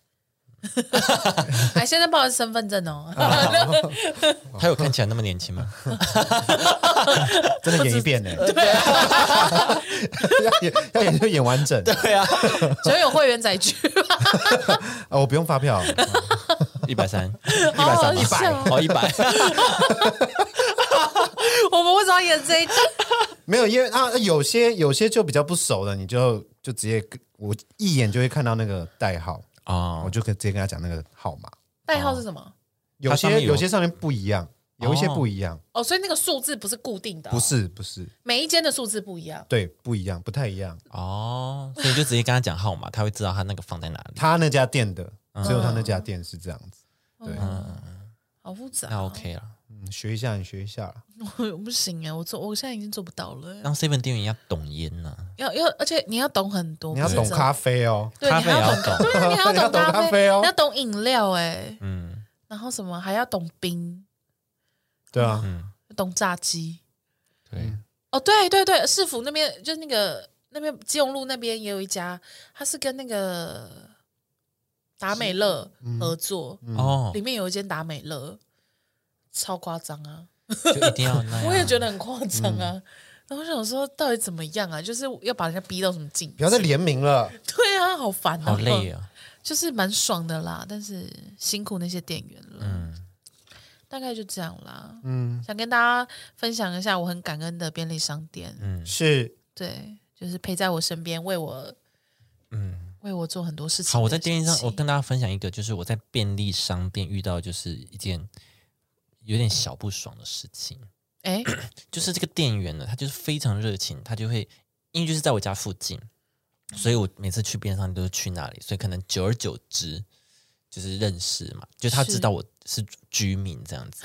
S2: 哎，现在不好意思，身份证哦，
S1: 他有看起来那么年轻吗？
S3: 真的演一遍呢、 要演要演就演完整
S1: 对啊，
S2: 只要有会员载 具，
S3: 啊！我不用发票，
S1: 一百三，
S2: 好好
S1: 一百
S2: 笑，
S1: 哦，一百。
S2: 我们为什么要演这一段？
S3: 没有，因为啊，有些有些就比较不熟的，你就就直接我一眼就会看到那个代号，我
S1: 哦，
S3: 就可以直接跟他讲那个号码。
S2: 代号是什么？
S3: 有
S1: 它上面
S3: 些
S1: 有
S3: 有些上面不一样，有一些不一样，
S2: 哦，所以那个数字不是固定的哦，
S3: 不是不是，
S2: 每一间的数字不一样。
S3: 对，不一样，不太一样。
S1: 哦，所以你就直接跟他讲号码，他会知道他那个放在哪里。
S3: 他那家店的，只有他那家店是这样子。对，
S2: 好复杂哦，
S1: 那 OK 了，
S3: 嗯，学一下，你学一下啦。
S2: 我不行哎，我做我现在已经做不到了，欸
S1: 当 seven 店员要懂烟呢，
S2: 要要，而且你要懂很多，
S3: 你要
S2: 不是
S3: 懂
S2: 只有
S3: 咖啡哦，
S2: 对，你
S1: 咖啡
S2: 还
S1: 也
S2: 要
S1: 要
S2: 懂，
S1: 懂
S2: 对，啊你还
S3: 你要
S2: 要
S3: 懂
S2: 懂
S3: 咖
S2: 咖
S3: 啡
S2: 啡
S3: 哦
S2: 你要懂饮料哎，
S1: 嗯，
S2: 然后什么还要懂冰，
S3: 对啊，
S2: 懂炸鸡。
S1: 对，
S2: 哦，对对对，市府那边就是那个那边基隆路那边也有一家，它是跟那个达美乐
S3: 嗯
S2: 合作，
S1: 哦
S2: 里，面有一间达美乐，超夸张啊！
S1: 就一定要那样。
S2: 我也觉得很夸张
S3: 嗯
S2: 啊。然后我想说，到底怎么样啊？就是要把人家逼到什么境
S3: 不
S2: 界？
S3: 要再联名了。
S2: 对啊，好烦啊，
S1: 好累啊，
S2: 就是蛮爽的啦，但是辛苦那些店员了。
S1: 嗯
S2: 大概就这样啦。
S3: 嗯，
S2: 想跟大家分享一下我很感恩的便利商店，
S1: 嗯
S3: 是
S2: 对，就是陪在我身边，为我，嗯，为我做很多事情。
S1: 好，我在电视上，我
S2: 跟
S1: 跟大家分享一个，就是我在便利商店遇到，就是一件有点小不爽的事情，
S2: 哎
S1: 就是这个店员呢，他就是非常热情，他就会因为就是在我家附近，所以我每次去便利商店都是去那里，所以可能久而久之就是认识嘛，就他知
S2: 是
S1: 道我是居民这样子，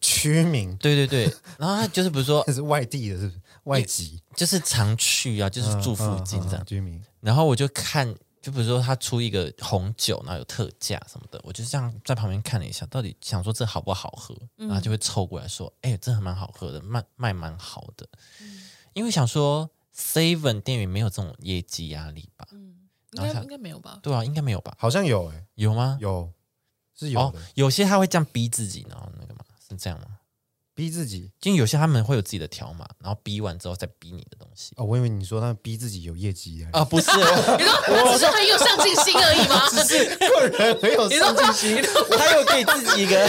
S3: 区名，
S1: 对对对，然后他就是比如说
S3: 那是外地的，是不是？外籍，
S1: 就是常去啊，就是住附近这样
S3: 嗯嗯嗯，居民。
S1: 然后我就看，就比如说他出一个红酒，然后有特价什么的，我就这样在旁边看了一下，到底想说这好不好喝，然后就会凑过来说，哎、这还蛮好喝的，卖卖蛮好的，因为想说 Seven 店员没有这种业绩压力吧？
S2: 应该应该没有吧？
S1: 对啊，应该没有吧？
S3: 好像有哎、
S1: 有吗？
S3: 有是有
S1: 哦
S3: 的，，
S1: 有些他会这样逼自己，然后那个嘛，是这样吗？
S3: 逼自己
S1: 因为有些他们会有自己的条码，然后逼完之后再逼你的东西。
S3: 哦。我以为你说他逼自己有业绩啊，
S1: 啊， 不 是，
S2: 你说我只是很有上进心而 已吗？
S1: 啊
S2: 只是
S3: 个人很有
S2: 你说
S3: 上进心。
S1: 他有给 自己一个，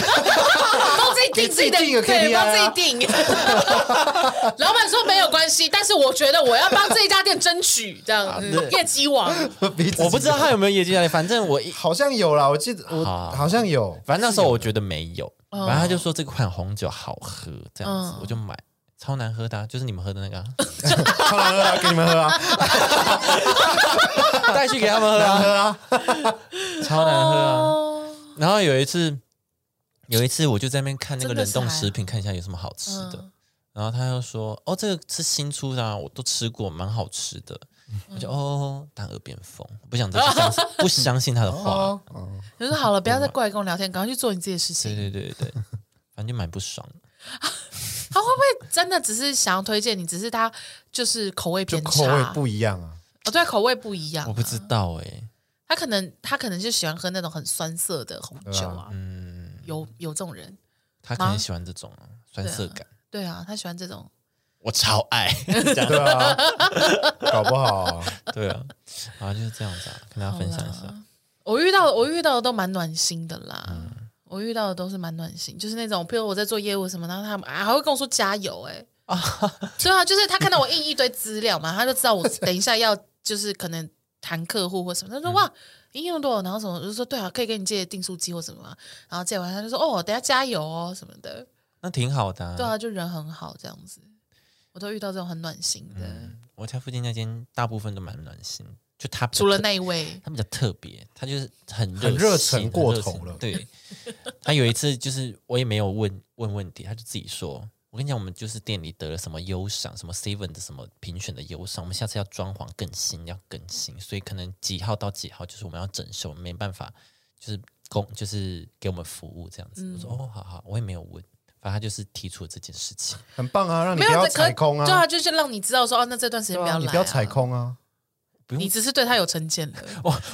S2: 帮自己定自己的，
S3: 给自己定一个
S2: 对，
S3: KPI 啊
S2: 帮自己定。 老板说没有关系，但是我觉得我要帮这一家店争取这样子
S1: 啊对
S2: 业绩王。
S3: 逼自己
S1: 我不知道他有没有业绩压力，反正我一
S3: 好像有啦，我记得我
S1: 好
S3: 好像有，
S1: 反正那时候我觉得没有，反正他就说这款红酒好喝，这样子、
S2: 嗯
S1: 我就买，超难喝的啊、就是你们喝的那 个啊、
S3: 超难喝啊，给你们喝啊，
S1: 带去给他们喝
S3: 难
S1: 啊，
S3: 喝 啊，
S1: 超难喝啊。
S2: 哦，
S1: 然后有一次，有一次我就在那边看那个
S2: 真的
S1: 冷
S2: 是
S1: 冻
S2: 还好
S1: 食品，看一下有什么好吃的。
S2: 嗯
S1: 然后他又说：“哦，这个是新出的、啊，我都吃过，蛮好吃的。
S2: 嗯
S1: 我就哦，当耳边风，不想再去 相信，不相信他的话。
S3: 哦，哦
S2: 你就说好了，不要再过来跟我聊天，赶快去做你自己的事
S1: 对对
S2: 情。
S1: 对 对对，反正就蛮不爽的。
S2: 他会不会真的只是想要推荐你？只是他就是口味
S3: 就
S2: 偏
S3: 口
S2: 差，
S3: 味不一样啊，
S2: 哦，对，口味不一样
S1: 我。不知道哎、
S2: 他可能他可能就喜欢喝那种很酸涩的红酒啊，
S1: 嗯，
S2: 有有这种人，
S1: 他可能
S2: 吗
S1: 喜欢这种啊酸
S2: 对啊
S1: 涩感。
S2: 对啊，他喜欢这种。
S1: 我超 爱，这样
S3: 对啊，搞不好啊
S1: 对啊，然后就是这样子啊，跟大家分享一下。
S2: 我遇到我遇到的都蛮暖心的啦。
S3: 嗯
S2: 我遇到的都是蛮暖心，就是那种，譬如我在做业务什么，然后他们啊还会跟我说加油、欸，
S3: 哦
S2: 哎， 对啊，就是他看到我印一堆资料嘛，他就知道我 等一下要就是可能谈客户或什么，
S3: 嗯
S2: 他说哇，你用多少，然后什么，我就说对啊，可以跟你借订书机或什么啊，然后借完他就说哦，等一下加油哦什么的，
S3: 嗯
S1: 那挺好的、啊。
S3: 嗯
S2: 对啊，就人很好这样子，我都遇到这种很暖心的，
S1: 我家附近那间大部分都蛮暖心，就他
S2: 除了那一位，
S1: 他比较特别，他就是很热
S3: 很
S1: 很
S3: 热忱过头
S1: 热忱
S3: 了
S1: 对， 他有一次就是我也没有问问问题，他就自己说：“我跟你讲，我们就是店里得了什么优赏，什么 Seven 的什么评选的优赏，我们下次要装潢更新，要更新，所以可能几号到几号就是我们要整修，没办法就是供就是给我们服务这样
S2: 嗯
S1: 子。我说：“哦，好好，我也没有问。”反正他就是提出了这件事 情，
S3: 很棒啊，让你
S2: 没
S3: 不
S2: 有
S3: 要
S2: 这可
S3: 踩空
S2: 对啊，
S3: 啊，
S2: 就是让你知道说，哦，那这段时间不
S3: 对啊
S2: 要来、
S3: 你不要踩，空啊，
S2: 你只是对他有成见了，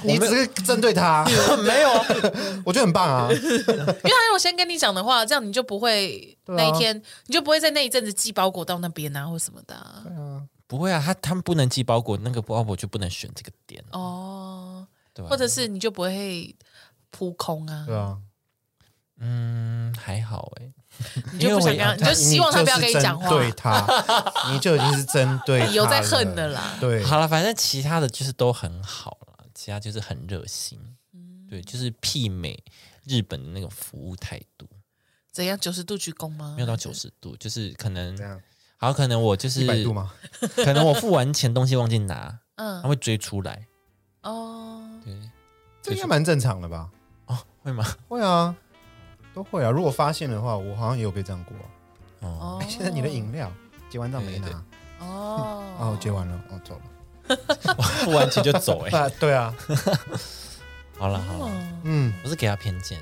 S2: 因
S3: 你只是针对他，
S1: 没有啊，
S3: 我觉得很棒啊，
S2: 为他有先跟你讲的话，这样你就不会
S3: 对啊
S2: 那一天，你就不会在那一阵子寄包裹到那边啊，或什么的啊、
S1: 不会啊，他他们不能寄包裹，那个包裹就不能选这个店，
S2: 哦，
S1: 对吧、
S2: 或者是你就不会扑空啊，
S3: 对啊，
S1: 嗯，还好哎、
S2: 你就不想跟他，
S1: 因为我
S2: 你就希望他不要跟你讲话，
S3: 对他，你就已经是针对他了
S2: 有在恨的啦
S3: 对，
S1: 好了，反正其他的就是都很好了，其他就是很热心，
S2: 嗯
S1: 对，就是媲美日本的那种服务态度，
S2: 怎样九十度鞠躬吗？
S3: 嗯
S1: 没有到九十度，就是可能
S3: 怎，样？
S1: 好，可能我就是
S3: 啊一百 度吗？
S1: 可能我付完钱东西忘记拿，他
S2: 嗯，
S1: 会追出来，
S2: 哦，
S1: 对，
S3: 这应该蛮正常的吧？
S1: 哦，会吗？
S3: 会啊，都会啊。如果发现的话，我好像也有被这样过啊。
S1: 哦，
S2: 哦
S3: 现在你的饮料结完账没拿
S1: 对对
S3: 啊？
S2: 哦，
S3: 我结完了，哦，走了。
S1: 付完钱就 走哎、
S3: 啊，对啊，
S1: 好了好了，
S2: 哦
S3: 嗯，
S1: 不是给他偏见，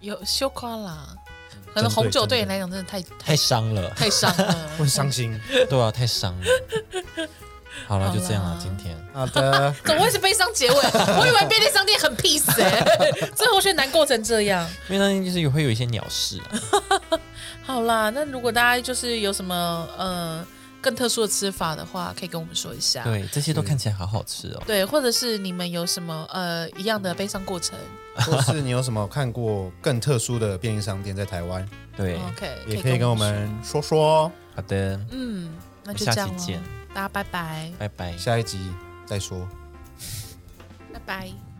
S2: 有羞夸啦，可能红酒对你来讲真的太
S1: 太伤 了，
S2: 太伤了
S3: 我。很 伤心。
S1: 对啊，太伤了。好了，
S2: 好
S1: 就这样了
S2: 啦，
S1: 今天
S3: 好的，
S2: 怎么会是悲伤结尾？ 我以为便利商店很 peace 哎、 最后却难过成这样。
S1: 因为那天就是会有一些鸟事啊，
S2: 好啦，那如果大家就是有什么呃更特殊的吃法的话，可以跟我们说一下。
S1: 对，这些都看起来好好吃哦。
S2: 对或者是你们有什么呃一样的悲伤过程
S3: 或是你有什么看过更特殊的便利商店在台湾，
S1: 对，
S2: ？OK，
S3: 也可以跟我们说说哦。
S1: 好的，
S2: 说哦嗯，那就
S1: 我们下
S2: 这样
S1: 期
S2: 咯
S1: 见
S2: 大家拜拜，
S1: 拜拜。
S3: 下一集再说。
S2: 拜拜。